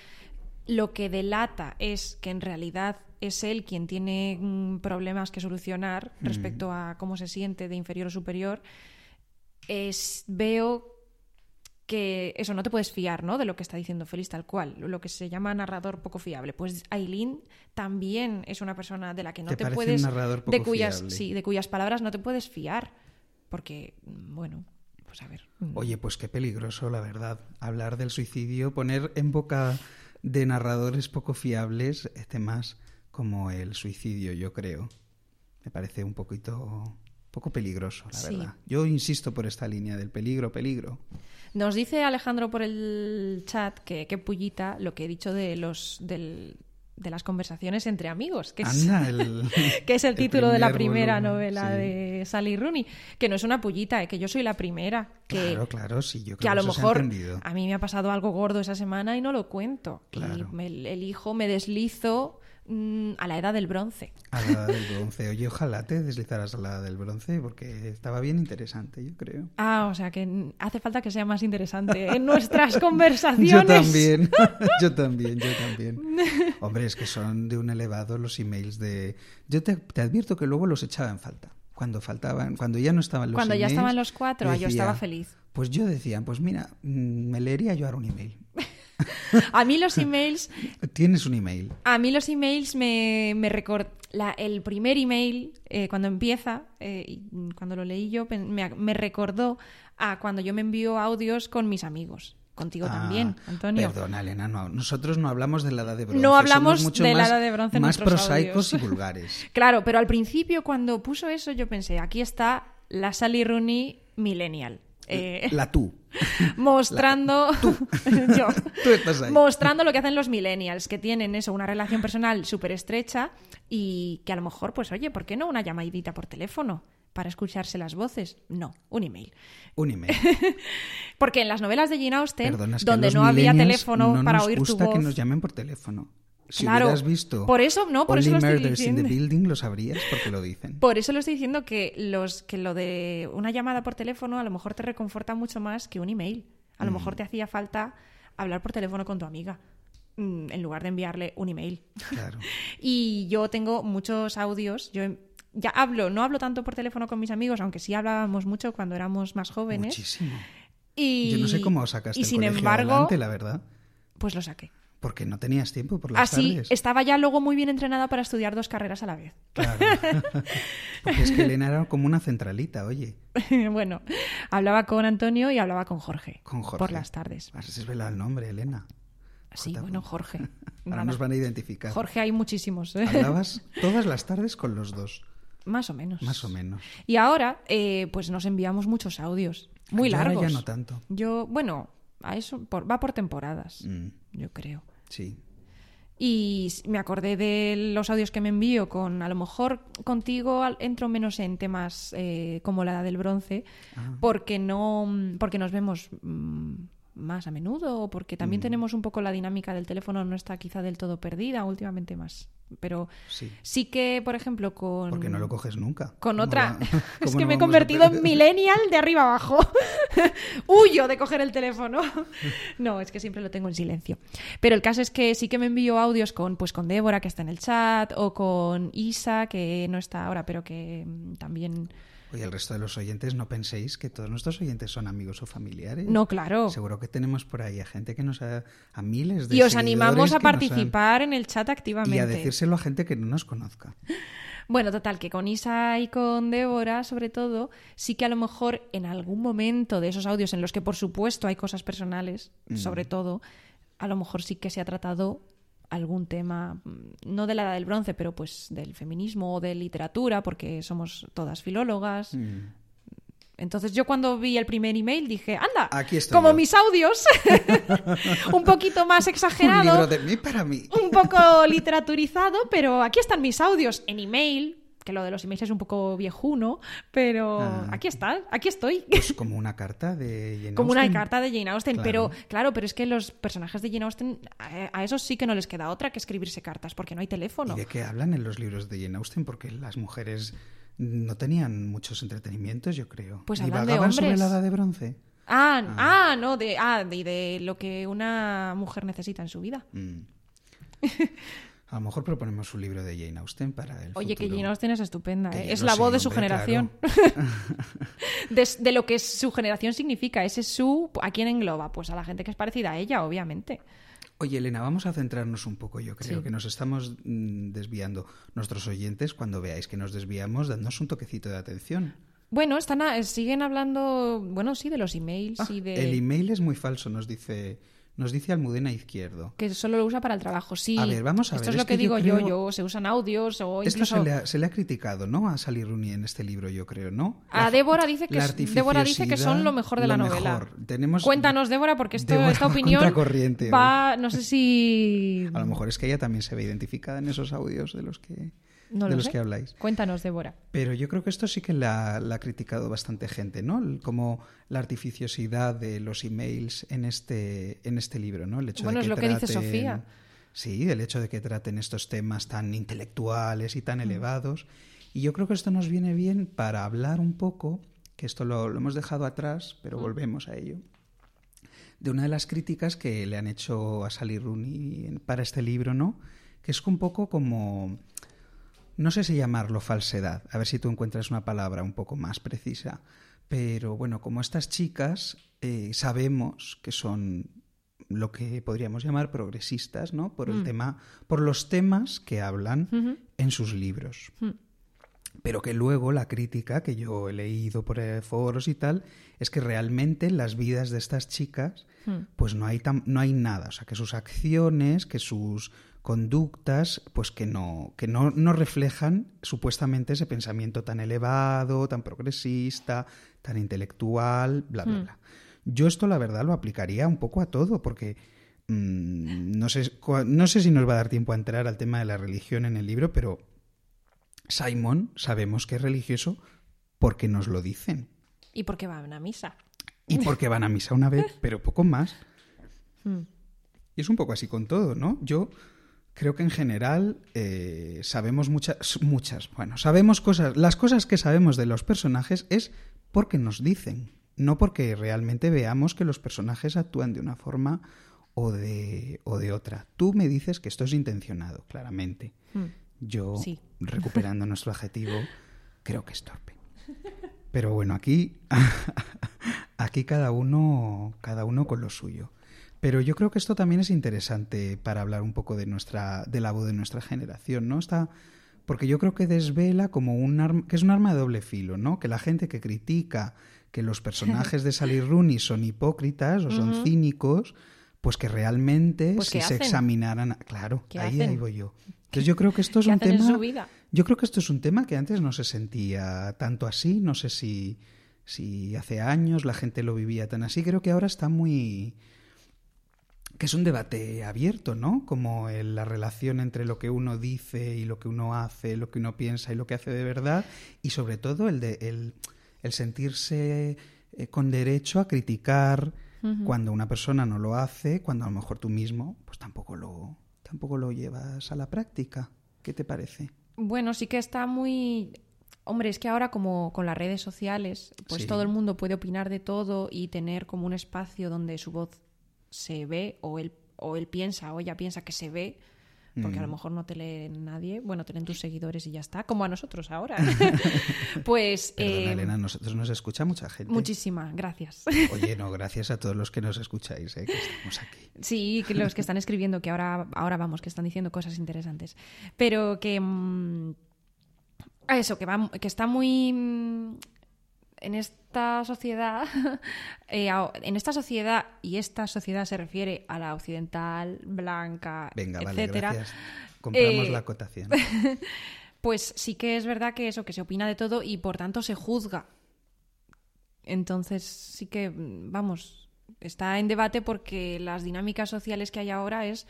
Speaker 1: lo que delata es que en realidad es él quien tiene mm, problemas que solucionar respecto a cómo se siente de inferior o superior. Es, veo que eso no te puedes fiar, ¿no? De lo que está diciendo Félix tal cual, lo que se llama narrador poco fiable. Pues Aileen también es una persona de la que no
Speaker 2: ¿Te
Speaker 1: te,
Speaker 2: parece un
Speaker 1: puedes
Speaker 2: narrador poco
Speaker 1: de cuyas
Speaker 2: fiable?
Speaker 1: sí, de cuyas palabras no te puedes fiar, porque bueno, pues a ver.
Speaker 2: Oye, pues qué peligroso, la verdad, hablar del suicidio, poner en boca de narradores poco fiables eh, temas como el suicidio, yo creo. Me parece un poquito poco peligroso, la
Speaker 1: Sí.
Speaker 2: verdad. Yo insisto por esta línea del peligro, peligro.
Speaker 1: Nos dice Alejandro por el chat que qué pullita lo que he dicho de los del- de las conversaciones entre amigos, que es [LAUGHS]
Speaker 2: Anda, el,
Speaker 1: que es el, título de la
Speaker 2: primer
Speaker 1: primera
Speaker 2: volumen,
Speaker 1: novela
Speaker 2: sí.
Speaker 1: de Sally Rooney, que no es una pullita, eh, que yo soy la primera, que
Speaker 2: Claro, claro, sí, yo creo
Speaker 1: que a lo
Speaker 2: eso se ha
Speaker 1: mejor
Speaker 2: entendido.
Speaker 1: a mí me ha pasado algo gordo esa semana y no lo cuento.
Speaker 2: Claro.
Speaker 1: Y me elijo, me deslizo mm, a la edad del bronce.
Speaker 2: A la edad del bronce. Oye, ojalá te deslizaras a la edad del bronce porque estaba bien interesante, yo creo.
Speaker 1: Ah, o sea que n- hace falta que sea más
Speaker 2: [LAUGHS]
Speaker 1: interesante en nuestras conversaciones.
Speaker 2: Yo
Speaker 1: [LAUGHS]
Speaker 2: también, [LAUGHS] yo también, yo también. Hombre, es que son de un elevado los emails de... Yo te, te advierto que luego los echaba en falta. Cuando faltaban, cuando ya no estaban los
Speaker 1: Cuando ya
Speaker 2: emails,
Speaker 1: estaban los cuatro, yo estaba feliz.
Speaker 2: Pues yo decía, pues mira, mm, me leería yo ahora
Speaker 1: [LAUGHS]
Speaker 2: un email.
Speaker 1: A mí los emails,
Speaker 2: Tienes un email.
Speaker 1: a mí los emails me, me recor- la- el primer email eh, cuando empieza, eh, y, mm, cuando lo leí yo, pen- me, ac- me recordó a cuando yo me envío audios con mis amigos, contigo
Speaker 2: Ah,
Speaker 1: también, Antonio.
Speaker 2: Perdona, Elena, no, nosotros no hablamos de la edad de bronce.
Speaker 1: No hablamos
Speaker 2: somos mucho
Speaker 1: de la
Speaker 2: más-
Speaker 1: edad de bronce en
Speaker 2: Más
Speaker 1: nuestros audios.
Speaker 2: prosaicos
Speaker 1: [LAUGHS]
Speaker 2: y vulgares.
Speaker 1: Claro, pero al principio cuando puso eso yo pensé, aquí está la Sally Rooney millennial. Eh,
Speaker 2: La tú.
Speaker 1: [LAUGHS] mostrando [LAUGHS] yo.
Speaker 2: Tú estás ahí.
Speaker 1: mostrando lo que hacen los millennials que tienen eso una relación personal súper estrecha y que a lo mejor pues oye por qué no una llamadita por teléfono para escucharse las voces no un email
Speaker 2: Un email.
Speaker 1: porque en las novelas de Jane Austen
Speaker 2: Perdona, es que a
Speaker 1: donde
Speaker 2: los
Speaker 1: no había
Speaker 2: millennials
Speaker 1: teléfono
Speaker 2: no
Speaker 1: para
Speaker 2: nos
Speaker 1: oír tu
Speaker 2: gusta
Speaker 1: voz
Speaker 2: que nos llamen por teléfono. Si
Speaker 1: Claro,
Speaker 2: hubieras visto
Speaker 1: por eso- no, por
Speaker 2: Only
Speaker 1: eso lo estoy
Speaker 2: Murders in the
Speaker 1: diciendo.
Speaker 2: Building lo sabrías porque lo dicen.
Speaker 1: Por eso lo estoy diciendo que los que lo de una llamada por teléfono a lo mejor te reconforta mucho más que un email. A lo
Speaker 2: Mm.
Speaker 1: mejor te hacía falta hablar por teléfono con tu amiga mm, en lugar de enviarle un email.
Speaker 2: Claro.
Speaker 1: Y yo tengo muchos audios, yo em- ya hablo, no hablo tanto por teléfono con mis amigos, aunque sí hablábamos mucho cuando éramos más [LAUGHS] jóvenes.
Speaker 2: Muchísimo.
Speaker 1: Y
Speaker 2: Yo no sé cómo sacaste
Speaker 1: y
Speaker 2: el
Speaker 1: sin
Speaker 2: colegio
Speaker 1: embargo,
Speaker 2: adelante, la verdad,
Speaker 1: pues lo saqué.
Speaker 2: porque no tenías tiempo por las
Speaker 1: Así
Speaker 2: tardes.
Speaker 1: estaba ya luego muy bien entrenada para estudiar dos carreras a la vez. [LAUGHS]
Speaker 2: Claro. [LAUGHS] Porque es que Elena era como una centralita, oye,
Speaker 1: bueno, hablaba con Antonio y hablaba con Jorge.
Speaker 2: con Jorge.
Speaker 1: Por las tardes.
Speaker 2: Ahora se revela el nombre, Elena.
Speaker 1: Sí,
Speaker 2: J.
Speaker 1: bueno, Jorge.
Speaker 2: pues. Ahora
Speaker 1: Nada.
Speaker 2: nos van a identificar.
Speaker 1: Jorge hay muchísimos, ¿eh?
Speaker 2: Hablabas todas las tardes con los dos,
Speaker 1: [LAUGHS] más o menos.
Speaker 2: más o menos.
Speaker 1: Y ahora, eh, pues nos enviamos muchos audios, muy
Speaker 2: Yo ahora
Speaker 1: largos.
Speaker 2: ya no tanto.
Speaker 1: Yo, bueno, a eso por- va por temporadas,
Speaker 2: Mm,
Speaker 1: yo creo.
Speaker 2: sí.
Speaker 1: Y s- me acordé de los audios que me envío con, a lo mejor contigo al- entro menos en temas eh, como la edad del bronce,
Speaker 2: Ah.
Speaker 1: porque no, porque nos vemos mm, más a menudo, porque también
Speaker 2: Mm.
Speaker 1: tenemos un poco la dinámica del teléfono, no está quizá del todo perdida, últimamente más. Pero
Speaker 2: Sí.
Speaker 1: sí que, por ejemplo, con.
Speaker 2: Porque no lo coges nunca.
Speaker 1: Con
Speaker 2: ¿Cómo
Speaker 1: otra.
Speaker 2: va-
Speaker 1: [LAUGHS] es
Speaker 2: cómo
Speaker 1: que
Speaker 2: no
Speaker 1: me he
Speaker 2: vamos a
Speaker 1: convertido en
Speaker 2: perder?
Speaker 1: millennial de arriba abajo. [LAUGHS] Huyo de coger el teléfono. [LAUGHS] no, es que siempre lo tengo en silencio. Pero el caso es que sí que me envío audios con, pues, con Débora, que está en el chat, o con Isa, que no está ahora, pero que mm, también.
Speaker 2: Oye, el resto de los oyentes, no penséis que todos nuestros oyentes son amigos o familiares.
Speaker 1: No, claro.
Speaker 2: Seguro que tenemos por ahí a gente que nos ha. a miles de.
Speaker 1: Y os
Speaker 2: seguidores
Speaker 1: animamos a
Speaker 2: que nos han-
Speaker 1: participar en el chat activamente.
Speaker 2: Y a decírselo a gente que no nos conozca.
Speaker 1: Bueno, total, que con Isa y con Débora, sobre todo, sí que a lo mejor en algún momento de esos audios en los que, por supuesto, hay cosas personales, sobre todo, a lo mejor sí que se ha tratado algún tema, mm, no de la edad del bronce, pero pues del feminismo o de literatura, porque somos todas
Speaker 2: Mm.
Speaker 1: filólogas. Entonces yo cuando vi el primer email dije, anda,
Speaker 2: Aquí estoy
Speaker 1: como
Speaker 2: yo".
Speaker 1: mis audios, [LAUGHS] un poquito más
Speaker 2: [LAUGHS] Un
Speaker 1: exagerado,
Speaker 2: libro de mí para mí.
Speaker 1: un [LAUGHS] poco literaturizado, pero aquí están mis audios en email, que lo de los emails es un poco viejuno, pero
Speaker 2: Ah.
Speaker 1: aquí están, aquí estoy.
Speaker 2: Pues como una carta de
Speaker 1: [LAUGHS]
Speaker 2: Jane
Speaker 1: Como una
Speaker 2: Austen.
Speaker 1: carta de Jane Austen,
Speaker 2: Claro.
Speaker 1: pero claro, pero es que los personajes de Jane Austen, a, a esos sí que no les queda otra que escribirse cartas, porque no hay teléfono.
Speaker 2: ¿Y de qué hablan en los libros de Jane Austen? Porque las mujeres no tenían muchos entretenimientos, yo creo.
Speaker 1: Pues
Speaker 2: ¿Y
Speaker 1: hablan de
Speaker 2: vagaban sobre
Speaker 1: hombres.
Speaker 2: la edad de bronce.
Speaker 1: Ah, ah, no, de, ah, de, de lo que una mujer necesita en su vida.
Speaker 2: Mm. [LAUGHS] A lo mejor proponemos un libro de Jane Austen para el
Speaker 1: Oye, que
Speaker 2: futuro.
Speaker 1: Jane Austen es estupenda,
Speaker 2: Que
Speaker 1: ¿eh?
Speaker 2: yo
Speaker 1: es
Speaker 2: lo
Speaker 1: la
Speaker 2: sé,
Speaker 1: voz de su
Speaker 2: hombre,
Speaker 1: generación. [LAUGHS] de, de lo que su generación significa, ese su, ¿a quién engloba? Pues a la gente que es parecida a ella, obviamente.
Speaker 2: Oye, Elena, vamos a centrarnos un poco. Yo creo
Speaker 1: Sí.
Speaker 2: que nos estamos mm, desviando. Nuestros oyentes, cuando veáis que nos desviamos, dadnos un toquecito de atención.
Speaker 1: Bueno, están a- siguen hablando, bueno, sí, de los emails
Speaker 2: Ah,
Speaker 1: y de...
Speaker 2: El email es muy falso, nos dice, nos dice Almudena Izquierdo.
Speaker 1: que solo lo usa para el trabajo, sí.
Speaker 2: A ver, vamos a
Speaker 1: Esto
Speaker 2: ver,
Speaker 1: es lo
Speaker 2: es
Speaker 1: que,
Speaker 2: que yo
Speaker 1: digo yo,
Speaker 2: creo-
Speaker 1: yo, se usan audios o
Speaker 2: Esto
Speaker 1: incluso...
Speaker 2: se le, ha, se le ha criticado, ¿no? A Sally Rooney en este libro, yo creo, ¿no?
Speaker 1: A
Speaker 2: La-
Speaker 1: Débora dice que
Speaker 2: la
Speaker 1: es- Débora dice que son lo mejor de la
Speaker 2: lo
Speaker 1: novela.
Speaker 2: mejor. Tenemos-
Speaker 1: Cuéntanos, Débora, porque esto,
Speaker 2: Débora [LAUGHS]
Speaker 1: esta
Speaker 2: va
Speaker 1: opinión
Speaker 2: contracorriente hoy.
Speaker 1: va, no sé si...
Speaker 2: [LAUGHS] A lo mejor es que ella también se ve identificada en esos audios de los que,
Speaker 1: No
Speaker 2: de
Speaker 1: lo
Speaker 2: los
Speaker 1: sé.
Speaker 2: que habláis.
Speaker 1: Cuéntanos, Débora.
Speaker 2: Pero yo creo que esto sí que la, la ha criticado bastante gente, ¿no? El- Como la artificiosidad de los emails en este, en este libro, ¿no? El hecho
Speaker 1: Bueno,
Speaker 2: de
Speaker 1: es lo que dice Sofía.
Speaker 2: Sí, el hecho de que traten estos temas tan intelectuales y tan
Speaker 1: Mm.
Speaker 2: elevados. Y yo creo que esto nos viene bien para hablar un poco, que esto lo, lo hemos dejado atrás, pero
Speaker 1: Mm.
Speaker 2: volvemos a ello, de una de las críticas que le han hecho a Sally Rooney en- para este libro, ¿no? Que es un poco como no sé si llamarlo falsedad, a ver si tú encuentras una palabra un poco más precisa, pero bueno, como estas chicas eh, sabemos que son lo que podríamos llamar progresistas, ¿no? Por el tema, por los temas que hablan en sus libros.
Speaker 1: Mm.
Speaker 2: Pero que luego la crítica que yo he leído por eh, foros y tal es que realmente en las vidas de estas chicas pues no hay tam- no hay nada, o sea, que sus acciones, que sus conductas pues que no que no, no reflejan supuestamente ese pensamiento tan elevado, tan progresista, tan intelectual, bla bla bla. Yo esto la verdad lo aplicaría un poco a todo porque mm, no sé cua- no sé si nos va a dar tiempo a entrar al tema de la religión en el libro, pero Simon sabemos que es religioso porque nos lo dicen
Speaker 1: ¿Y por qué van a misa?
Speaker 2: y porque van a misa una vez, pero poco más.
Speaker 1: Hmm.
Speaker 2: Y es un poco así con todo, ¿no? Yo creo que en general eh, sabemos muchas, muchas, bueno, sabemos cosas, las cosas que sabemos de los personajes es porque nos dicen, no porque realmente veamos que los personajes actúan de una forma o de, o de otra. Tú me dices que esto es intencionado, claramente. Yo,
Speaker 1: Sí.
Speaker 2: recuperando
Speaker 1: [LAUGHS]
Speaker 2: nuestro adjetivo, creo que es torpe. Pero bueno, aquí, [LAUGHS] aquí cada uno, cada uno con lo suyo. Pero yo creo que esto también es interesante para hablar un poco de nuestra, de la voz de nuestra generación, ¿no? Está, porque yo creo que desvela como un arma, que es un arma de doble filo, ¿no? Que la gente que critica que los personajes
Speaker 1: [LAUGHS]
Speaker 2: de Sally Rooney son hipócritas o son cínicos, pues que realmente
Speaker 1: Pues,
Speaker 2: si
Speaker 1: ¿qué
Speaker 2: se
Speaker 1: hacen?
Speaker 2: examinaran, a- claro,
Speaker 1: ¿Qué
Speaker 2: ahí, ahí
Speaker 1: hacen?
Speaker 2: voy yo. Entonces yo creo que esto es
Speaker 1: ¿Qué
Speaker 2: un
Speaker 1: hacen en
Speaker 2: tema
Speaker 1: su vida?
Speaker 2: yo creo que esto es un tema que antes no se sentía tanto así, no sé si, si hace años la gente lo vivía tan así, creo que ahora está muy... que es un debate abierto, ¿no? Como el- la relación entre lo que uno dice y lo que uno hace, lo que uno piensa y lo que hace de verdad, y sobre todo el, de, el, el sentirse eh, con derecho a criticar
Speaker 1: Uh -huh.
Speaker 2: Cuando una persona no lo hace, cuando a lo mejor tú mismo, pues tampoco lo, tampoco lo llevas a la práctica. ¿Qué te parece?
Speaker 1: Bueno, sí que está muy Hombre, es que ahora como con las redes sociales, pues
Speaker 2: Sí.
Speaker 1: todo el mundo puede opinar de todo y tener como un espacio donde su voz se ve o él, o él piensa o ella piensa que se ve, porque a lo
Speaker 2: Mm.
Speaker 1: mejor no te lee nadie, bueno, te leen tus seguidores y ya está, como a nosotros
Speaker 2: [LAUGHS]
Speaker 1: ahora. pues...
Speaker 2: Perdona,
Speaker 1: eh,
Speaker 2: Elena, nosotros nos escucha mucha gente.
Speaker 1: Muchísima, gracias.
Speaker 2: Oye, no, gracias a todos los que nos escucháis, ¿eh? que estamos aquí.
Speaker 1: Sí, que los que están escribiendo, que ahora, ahora vamos, que están diciendo cosas interesantes. Pero que. mm, a eso, que, va, que está muy. mm, En esta sociedad. [LAUGHS] eh, a- en esta sociedad, y esta sociedad se refiere a la occidental, blanca,
Speaker 2: Venga, vale,
Speaker 1: etcétera.
Speaker 2: gracias. Compramos
Speaker 1: Eh, [LAUGHS]
Speaker 2: la acotación.
Speaker 1: Pues sí que es verdad que eso, que se opina de todo y por tanto se juzga. Entonces sí que, mm, vamos, está en debate porque las dinámicas sociales que hay ahora es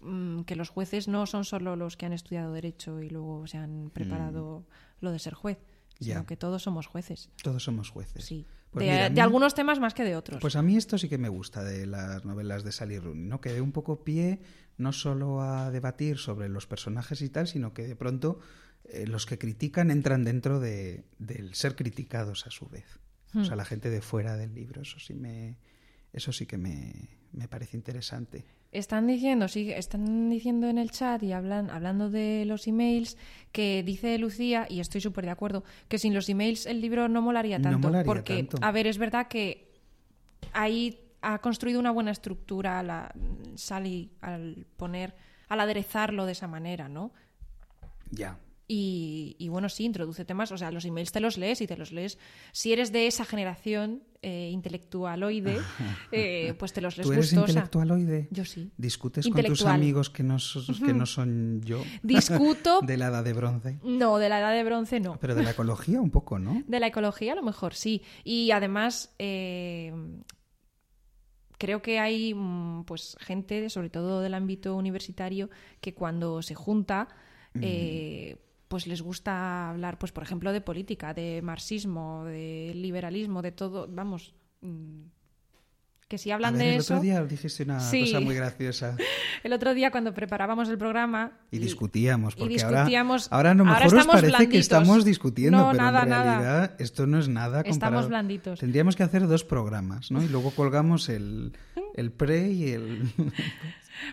Speaker 1: mm, que los jueces no son solo los que han estudiado derecho y luego se han preparado lo de ser juez,
Speaker 2: Mm. Ya.
Speaker 1: sino que todos somos jueces.
Speaker 2: Todos somos jueces.
Speaker 1: Sí.
Speaker 2: Pues
Speaker 1: de,
Speaker 2: mira, a
Speaker 1: de
Speaker 2: mí-
Speaker 1: algunos temas más que de otros.
Speaker 2: Pues a mí esto sí que me gusta de las novelas de Sally Rooney, ¿no? Que dé un poco pie no solo a debatir sobre los personajes y tal, sino que de pronto eh, los que critican entran dentro de, del ser criticados a su vez. O
Speaker 1: Hmm.
Speaker 2: sea, la gente de fuera del libro, eso sí me, eso sí que me, me parece interesante.
Speaker 1: Están diciendo, sí, están diciendo en el chat y hablan, hablando de los emails, que dice Lucía, y estoy súper de acuerdo, que sin los emails el libro no molaría
Speaker 2: No
Speaker 1: tanto.
Speaker 2: molaría
Speaker 1: porque,
Speaker 2: tanto.
Speaker 1: a ver, es verdad que ahí ha construido una buena estructura la Sally al poner, al aderezarlo de esa manera, ¿no?
Speaker 2: Ya.
Speaker 1: Y, y bueno, sí, introduce temas, o sea, los emails te los lees y te los lees. Si eres de esa generación eh, intelectualoide, eh, pues te los lees
Speaker 2: ¿Tú eres
Speaker 1: gustosa.
Speaker 2: intelectualoide?
Speaker 1: Yo sí.
Speaker 2: ¿Discutes con tus
Speaker 1: Intelectual.
Speaker 2: amigos que no, sos- que no son yo?
Speaker 1: Discuto.
Speaker 2: [LAUGHS] de la edad de bronce.
Speaker 1: No, de la edad de bronce no.
Speaker 2: Pero de la ecología un poco, ¿no?
Speaker 1: De la ecología a lo mejor sí. Y además eh, creo que hay mm, pues gente, sobre todo del ámbito universitario, que cuando se junta
Speaker 2: Mm.
Speaker 1: eh, pues les gusta hablar, pues por ejemplo, de política, de marxismo, de liberalismo, de todo, vamos, mm, que si hablan
Speaker 2: A ver,
Speaker 1: de
Speaker 2: el
Speaker 1: eso...
Speaker 2: otro día dijiste una
Speaker 1: Sí.
Speaker 2: cosa muy graciosa.
Speaker 1: El otro día cuando preparábamos el programa...
Speaker 2: Y discutíamos,
Speaker 1: y
Speaker 2: porque
Speaker 1: discutíamos-
Speaker 2: ahora, ahora a lo
Speaker 1: ahora
Speaker 2: mejor os
Speaker 1: estamos
Speaker 2: parece que
Speaker 1: blanditos.
Speaker 2: estamos discutiendo,
Speaker 1: No,
Speaker 2: pero
Speaker 1: nada,
Speaker 2: en
Speaker 1: nada.
Speaker 2: realidad esto no es nada
Speaker 1: Estamos
Speaker 2: comparado.
Speaker 1: blanditos.
Speaker 2: Tendríamos que hacer dos programas, ¿no? Y luego colgamos
Speaker 1: [LAUGHS]
Speaker 2: el, el pre y el... [LAUGHS]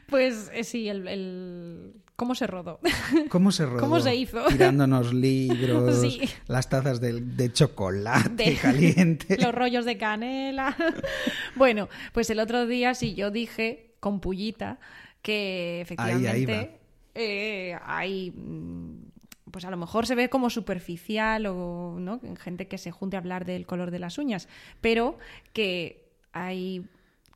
Speaker 1: Pues eh, sí, el, el- ¿Cómo se rodó?
Speaker 2: ¿Cómo se rodó?
Speaker 1: ¿Cómo se hizo? [LAUGHS]
Speaker 2: Tirándonos libros,
Speaker 1: Sí.
Speaker 2: las tazas de, de chocolate
Speaker 1: De-
Speaker 2: caliente.
Speaker 1: [LAUGHS] los rollos de canela. [LAUGHS] bueno, pues el otro día sí yo dije con pullita que
Speaker 2: Ahí, ahí va.
Speaker 1: efectivamente eh, hay mm, pues a lo mejor se ve como superficial o no gente que se junte a hablar del color de las uñas, pero que hay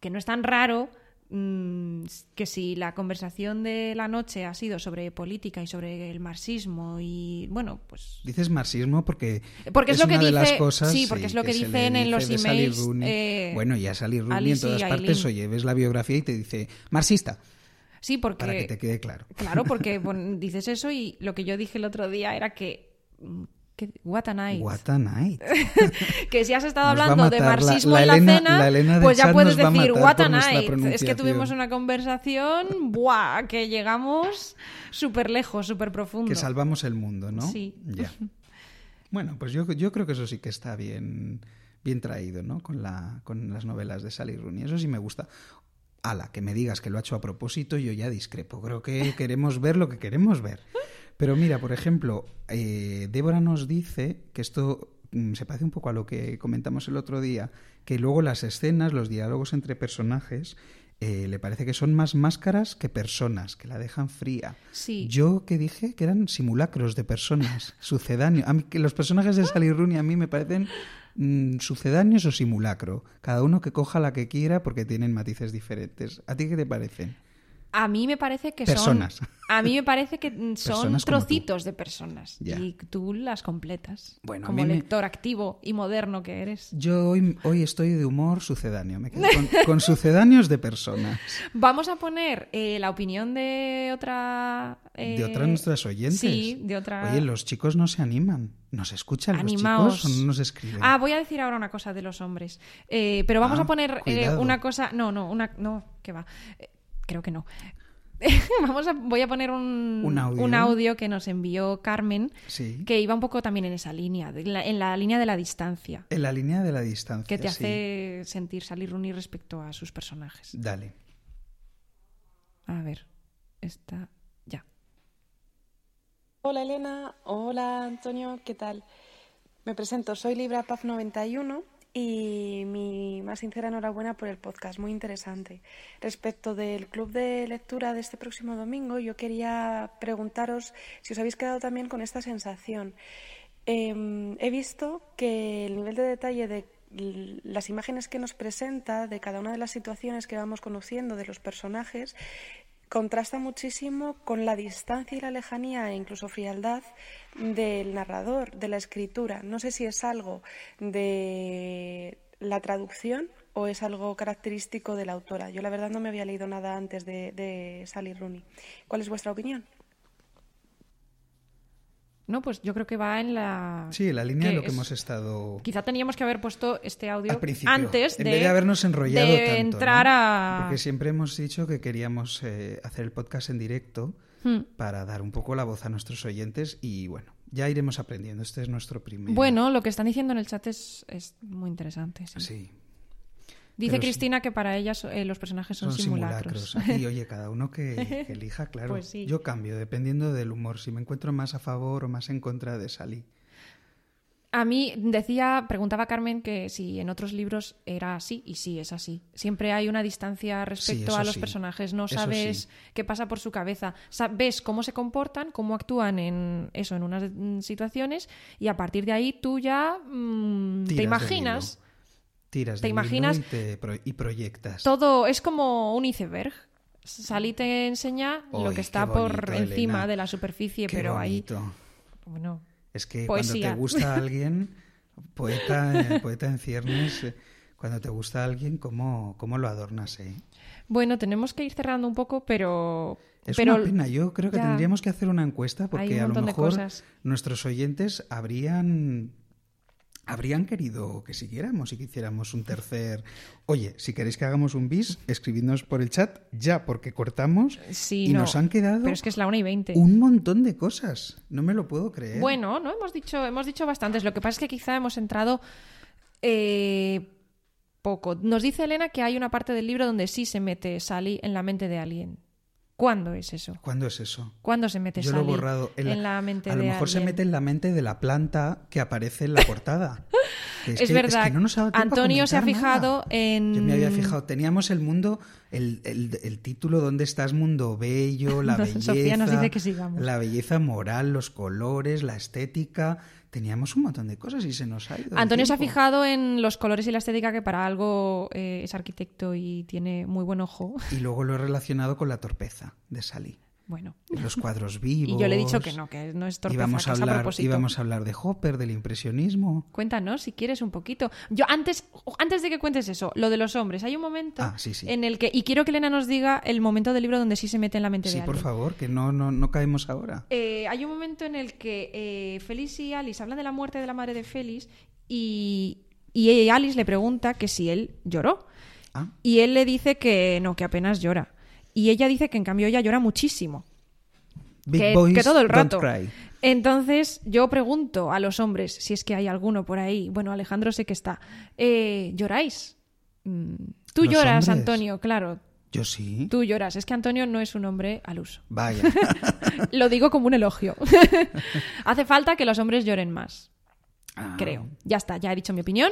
Speaker 1: que no es tan raro mm, que si la conversación de la noche ha sido sobre política y sobre el marxismo y bueno, pues
Speaker 2: Dices marxismo porque,
Speaker 1: Porque es lo que
Speaker 2: una de
Speaker 1: dice-
Speaker 2: las cosas
Speaker 1: sí, porque es lo que
Speaker 2: se le
Speaker 1: dicen en los
Speaker 2: de Sally
Speaker 1: emails,
Speaker 2: Rooney.
Speaker 1: eh,
Speaker 2: bueno, ya Sally Rooney en
Speaker 1: Alice y
Speaker 2: todas partes,
Speaker 1: Aileen.
Speaker 2: oye, ves la biografía y te dice marxista,
Speaker 1: sí porque
Speaker 2: para que te quede claro.
Speaker 1: Claro,
Speaker 2: [LAUGHS]
Speaker 1: porque pon- dices eso y lo que yo dije el otro día era que... mm, que what a night.
Speaker 2: What a night.
Speaker 1: [LAUGHS] Que si has estado
Speaker 2: Nos va a
Speaker 1: hablando de
Speaker 2: matar la-
Speaker 1: marxismo
Speaker 2: la
Speaker 1: en
Speaker 2: Elena-
Speaker 1: la cena,
Speaker 2: la Elena del
Speaker 1: pues ya
Speaker 2: chat
Speaker 1: puedes
Speaker 2: nos va a
Speaker 1: decir
Speaker 2: matar
Speaker 1: what
Speaker 2: por
Speaker 1: a
Speaker 2: nuestra
Speaker 1: night. Es que
Speaker 2: pronunciación.
Speaker 1: tuvimos una conversación, ¡buah! Que llegamos súper lejos, súper profundo.
Speaker 2: que salvamos el mundo, ¿no?
Speaker 1: Sí. [LAUGHS]
Speaker 2: Ya. Bueno, pues yo, yo creo que eso sí que está bien, bien traído, ¿no? Con, la, con las novelas de Sally Rooney. Eso sí me gusta. Ala, que me digas que lo ha hecho a propósito, yo ya discrepo.
Speaker 1: [LAUGHS]
Speaker 2: Creo que queremos ver lo que queremos ver. Pero mira, por ejemplo, eh, Débora nos dice que esto mm, se parece un poco a lo que comentamos el otro día, que luego las escenas, los diálogos entre personajes, eh, le parece que son más máscaras que personas, que la dejan fría.
Speaker 1: Sí.
Speaker 2: Yo que dije que eran simulacros
Speaker 1: [LAUGHS]
Speaker 2: de personas, sucedáneos. A mí, que los personajes
Speaker 1: Ah.
Speaker 2: de Sally Rooney a mí me parecen mm, sucedáneos o simulacro. Cada uno que coja la que quiera porque tienen matices diferentes. ¿A ti qué te parecen?
Speaker 1: A mí me parece que
Speaker 2: Personas.
Speaker 1: son. A mí me parece que mm, son
Speaker 2: Personas como tú.
Speaker 1: trocitos de personas.
Speaker 2: Ya.
Speaker 1: Y tú las completas.
Speaker 2: Bueno, a
Speaker 1: como
Speaker 2: mí me-
Speaker 1: lector activo y moderno que eres.
Speaker 2: Yo hoy, hoy estoy de humor sucedáneo, me quedo con,
Speaker 1: [LAUGHS]
Speaker 2: con sucedáneos de personas.
Speaker 1: Vamos a poner eh, la opinión de otra. eh,
Speaker 2: De otras nuestras oyentes.
Speaker 1: Sí, de otra.
Speaker 2: Oye, los chicos no se animan. ¿Nos escuchan
Speaker 1: Animaos.
Speaker 2: los chicos o no nos escriben?
Speaker 1: Ah, voy a decir ahora una cosa de los hombres. Eh, pero vamos
Speaker 2: Ah,
Speaker 1: a poner eh,
Speaker 2: cuidado.
Speaker 1: una cosa. No, no, una. No, que va. Eh, creo que no. [LAUGHS] vamos a, voy a poner un,
Speaker 2: Un audio.
Speaker 1: audio que nos envió Carmen,
Speaker 2: sí.
Speaker 1: que iba un poco también en esa línea, de la- en la línea de la distancia,
Speaker 2: En la línea de la distancia.
Speaker 1: que te
Speaker 2: sí.
Speaker 1: hace sentir salir unir respecto a sus personajes.
Speaker 2: Dale.
Speaker 1: A ver, está ya.
Speaker 4: Hola Elena, hola Antonio, ¿qué tal? Me presento, soy Libra Paz 91 y mi más sincera enhorabuena por el podcast, muy interesante. Respecto del club de lectura de este próximo domingo, yo quería preguntaros si os habéis quedado también con esta sensación. Eh, he visto que el nivel de detalle de l- las imágenes que nos presenta, de cada una de las situaciones que vamos conociendo, de los personajes, contrasta muchísimo con la distancia y la lejanía e incluso frialdad del narrador, de la escritura. No sé si es algo de la traducción o es algo característico de la autora. Yo la verdad no me había leído nada antes de, de Sally Rooney. ¿Cuál es vuestra opinión?
Speaker 1: No, pues yo creo que va en la.
Speaker 2: Sí, la línea de lo que
Speaker 1: es-
Speaker 2: hemos estado.
Speaker 1: Quizá teníamos que haber puesto este audio
Speaker 2: Al principio,
Speaker 1: antes
Speaker 2: en
Speaker 1: de,
Speaker 2: vez de habernos enrollado
Speaker 1: de
Speaker 2: tanto, ¿no?
Speaker 1: entrar a.
Speaker 2: Porque siempre hemos dicho que queríamos eh, hacer el podcast en directo
Speaker 1: Hmm.
Speaker 2: para dar un poco la voz a nuestros oyentes y bueno, ya iremos aprendiendo. Este es nuestro primer.
Speaker 1: Bueno, lo que están diciendo en el chat es, es muy interesante. sí.
Speaker 2: Ah, Sí,
Speaker 1: Dice
Speaker 2: pero sí.
Speaker 1: Cristina que para ellas eh, los personajes son, simulacros. [LAUGHS]
Speaker 2: Aquí, oye, cada uno que, que elija, claro.
Speaker 1: Pues sí.
Speaker 2: Yo cambio dependiendo del humor, si me encuentro más a favor o más en contra de Sally.
Speaker 1: A mí decía, preguntaba Carmen que si en otros libros era así y sí es así. Siempre hay una distancia respecto
Speaker 2: eso
Speaker 1: a los
Speaker 2: sí.
Speaker 1: personajes. No
Speaker 2: Eso
Speaker 1: sabes
Speaker 2: sí.
Speaker 1: qué pasa por su cabeza. Sa- ves cómo se comportan, cómo actúan en eso, en unas mm, situaciones y a partir de ahí tú ya mm,
Speaker 2: Tiras
Speaker 1: te
Speaker 2: del
Speaker 1: imaginas.
Speaker 2: hilo. Tiras
Speaker 1: ¿Te
Speaker 2: del hilo
Speaker 1: imaginas?
Speaker 2: y, te pro- y proyectas.
Speaker 1: Todo es como un iceberg. Salí te enseña lo
Speaker 2: Uy,
Speaker 1: que está
Speaker 2: qué
Speaker 1: por
Speaker 2: bonito,
Speaker 1: encima
Speaker 2: Elena.
Speaker 1: de la superficie,
Speaker 2: Qué
Speaker 1: pero
Speaker 2: bonito.
Speaker 1: ahí. Bueno,
Speaker 2: Es que
Speaker 1: Poesía.
Speaker 2: cuando te
Speaker 1: [LAUGHS]
Speaker 2: gusta alguien, poeta, eh, poeta en ciernes, eh, cuando te gusta alguien, ¿cómo, cómo lo adornas? Eh?
Speaker 1: bueno, tenemos que ir cerrando un poco, pero.
Speaker 2: Es
Speaker 1: pero
Speaker 2: una pena, yo creo que
Speaker 1: ya.
Speaker 2: tendríamos que hacer una
Speaker 1: Hay
Speaker 2: encuesta
Speaker 1: un
Speaker 2: porque a lo
Speaker 1: montón de
Speaker 2: mejor
Speaker 1: cosas.
Speaker 2: nuestros oyentes habrían habrían querido que siguiéramos y que hiciéramos un tercer. Oye, si queréis que hagamos un bis, escribidnos por el chat ya porque cortamos
Speaker 1: Sí,
Speaker 2: y
Speaker 1: no,
Speaker 2: nos han quedado
Speaker 1: Pero es que es la 1 y 20.
Speaker 2: un montón de cosas. No me lo puedo creer.
Speaker 1: Bueno, no hemos dicho, hemos dicho bastantes. Lo que pasa es que quizá hemos entrado eh, poco. Nos dice Elena que hay una parte del libro donde sí se mete Sally en la mente de alguien. ¿Cuándo es eso?
Speaker 2: ¿Cuándo es eso?
Speaker 1: ¿Cuándo se mete
Speaker 2: Yo lo
Speaker 1: Sally
Speaker 2: he borrado.
Speaker 1: en,
Speaker 2: En la-
Speaker 1: la mente
Speaker 2: a lo
Speaker 1: de
Speaker 2: mejor se
Speaker 1: alguien?
Speaker 2: mete en la mente de la planta que aparece en la
Speaker 1: [LAUGHS]
Speaker 2: portada. Que
Speaker 1: Es,
Speaker 2: que-
Speaker 1: verdad.
Speaker 2: que no nos ha dado tiempo a
Speaker 1: Antonio se ha
Speaker 2: comentar nada.
Speaker 1: fijado en.
Speaker 2: Yo me había fijado, teníamos el mundo, el, el- el título ¿Dónde estás, mundo bello? La belleza.
Speaker 1: Entonces, [LAUGHS] Sofía nos dice que sigamos.
Speaker 2: La belleza moral, los colores, la estética. Teníamos un montón de cosas y se nos ha ido. el
Speaker 1: Antonio se ha
Speaker 2: tiempo.
Speaker 1: fijado en los colores y la estética, que para algo eh, es arquitecto y tiene muy buen ojo. [LAUGHS]
Speaker 2: Y luego lo he relacionado con la torpeza de Sally.
Speaker 1: Bueno.
Speaker 2: Los cuadros vivos.
Speaker 1: [LAUGHS] Y yo le he dicho que no, que no es torpeza,
Speaker 2: Íbamos
Speaker 1: que
Speaker 2: a,
Speaker 1: es a
Speaker 2: hablar,
Speaker 1: propósito.
Speaker 2: íbamos a hablar de Hopper, del impresionismo.
Speaker 1: Cuéntanos si quieres un poquito. Yo antes, antes de que cuentes eso, lo de los hombres, hay un momento
Speaker 2: Ah, sí, sí.
Speaker 1: en el que. Y quiero que Elena nos diga el momento del libro donde sí se mete en la mente
Speaker 2: Sí,
Speaker 1: de
Speaker 2: por
Speaker 1: alguien.
Speaker 2: favor, que no, no, no caemos ahora.
Speaker 1: Eh, hay un momento en el que eh, Félix y Alice hablan de la muerte de la madre de Félix y, y Alice le pregunta que si él lloró.
Speaker 2: Ah,
Speaker 1: Y él le dice que no, que apenas llora. Y ella dice que en cambio ella llora muchísimo.
Speaker 2: Big
Speaker 1: que,
Speaker 2: Boys
Speaker 1: que todo el
Speaker 2: Don't
Speaker 1: rato.
Speaker 2: Cry.
Speaker 1: Entonces yo pregunto a los hombres, si es que hay alguno por ahí, bueno, Alejandro sé que está, eh, ¿lloráis? Mm, Tú
Speaker 2: ¿Los
Speaker 1: lloras,
Speaker 2: hombres?
Speaker 1: Antonio, claro,
Speaker 2: Yo sí.
Speaker 1: tú lloras. Es que Antonio no es un hombre al uso. [LAUGHS]
Speaker 2: Vaya.
Speaker 1: Lo digo como un elogio. [LAUGHS] Hace falta que los hombres lloren más,
Speaker 2: Ah.
Speaker 1: creo. Ya está, ya he dicho mi opinión.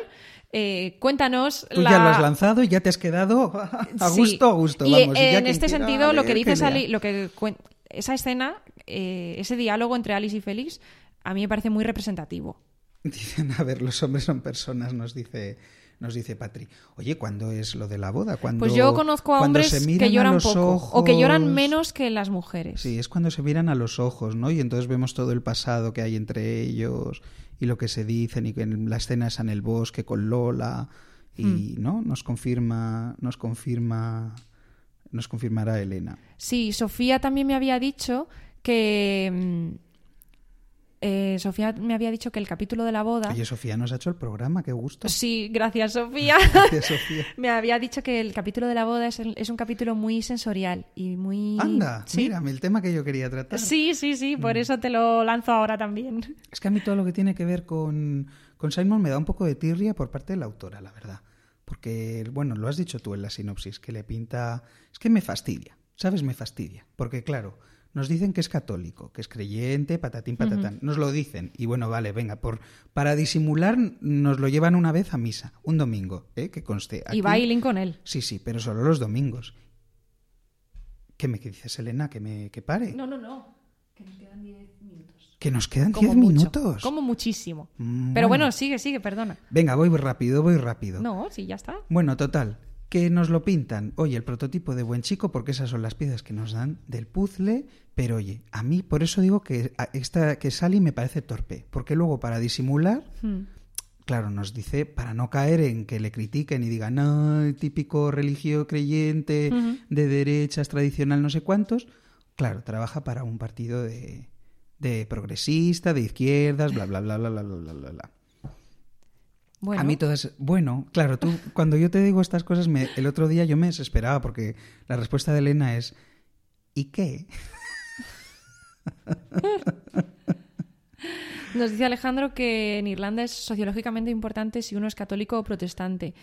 Speaker 1: Eh, cuéntanos
Speaker 2: Tú
Speaker 1: la...
Speaker 2: ya lo has lanzado y ya te has quedado [LAUGHS] a
Speaker 1: Sí.
Speaker 2: gusto, a gusto.
Speaker 1: Y
Speaker 2: vamos, y ya
Speaker 1: en
Speaker 2: quien
Speaker 1: este
Speaker 2: quiera
Speaker 1: sentido, lo
Speaker 2: leer,
Speaker 1: que dice
Speaker 2: lea. [LAUGHS]
Speaker 1: Sally, lo que cuen- esa escena, eh, ese diálogo entre Alice y Félix, a mí me parece muy representativo.
Speaker 2: Dicen, a ver, los hombres son personas, nos dice, nos dice Patri. Oye, ¿cuándo es lo de la boda? Cuando,
Speaker 1: Pues yo conozco a
Speaker 2: cuando
Speaker 1: hombres
Speaker 2: se miran
Speaker 1: que
Speaker 2: a
Speaker 1: lloran
Speaker 2: los
Speaker 1: poco o que lloran
Speaker 2: ojos.
Speaker 1: menos que las mujeres.
Speaker 2: Sí, es cuando se miran a los ojos, ¿no? Y entonces vemos todo el pasado que hay entre ellos y lo que se dicen y que en la escena es en el bosque con Lola y,
Speaker 1: Hmm.
Speaker 2: ¿no? Nos confirma, nos confirma, nos confirmará Elena.
Speaker 1: Sí, Sofía también me había dicho que. mm, eh, Sofía me había dicho que el capítulo de la boda.
Speaker 2: Oye, Sofía nos ha hecho el programa, qué gusto.
Speaker 1: Sí, gracias, Sofía. [LAUGHS]
Speaker 2: Gracias, Sofía.
Speaker 1: me había dicho que el capítulo de la boda es, el- es un capítulo muy sensorial y muy.
Speaker 2: Anda, Mm.
Speaker 1: sí.
Speaker 2: mírame, el tema que yo quería tratar.
Speaker 1: Sí, sí, sí, por eso te lo lanzo ahora también.
Speaker 2: Es que a mí todo lo que tiene que ver con, con Simon me da un poco de tirria por parte de la autora, la verdad. Porque, bueno, lo has dicho tú en la sinopsis, que le pinta... Es que me fastidia, ¿sabes? Me fastidia. Porque, claro, nos dicen que es católico, que es creyente, patatín, patatán. Nos lo dicen. Y bueno, vale, venga, por para disimular nos lo llevan una vez a misa, un domingo, ¿eh? que conste.
Speaker 1: Y
Speaker 2: Aquí-
Speaker 1: va Eileen con él.
Speaker 2: Sí, sí, pero solo los domingos. ¿Qué me dices, Elena? ¿Que me que pare?
Speaker 1: no, no. Que nos quedan 10 minutos.
Speaker 2: Que nos quedan
Speaker 1: Como
Speaker 2: 10
Speaker 1: mucho,
Speaker 2: minutos.
Speaker 1: Como muchísimo.
Speaker 2: Mm,
Speaker 1: Pero bueno, sigue, sigue, perdona.
Speaker 2: Venga, voy rápido, voy rápido.
Speaker 1: No, sí, ya está.
Speaker 2: Bueno, total, que nos lo pintan. Oye, el prototipo de buen chico, porque esas son las piezas que nos dan del puzzle. Pero oye, a mí por eso digo que a- esta que Sally me parece torpe, porque luego para disimular,
Speaker 1: Hmm.
Speaker 2: claro, nos dice para no caer en que le critiquen y digan, no, el típico religio creyente
Speaker 1: Ujú.
Speaker 2: de derechas tradicional, no sé cuántos. Claro, trabaja para un partido de, de progresista, de izquierdas, bla, bla, bla, bla, bla, bla, bla, bla, bla.
Speaker 1: Bueno,
Speaker 2: A mí todas. Bueno,
Speaker 1: [LAUGHS]
Speaker 2: claro, tú, cuando yo te digo estas cosas, me- el otro día yo me desesperaba porque la respuesta de Elena es: ¿y qué?
Speaker 1: nos dice Alejandro que en Irlanda es sociológicamente importante si uno es católico o protestante.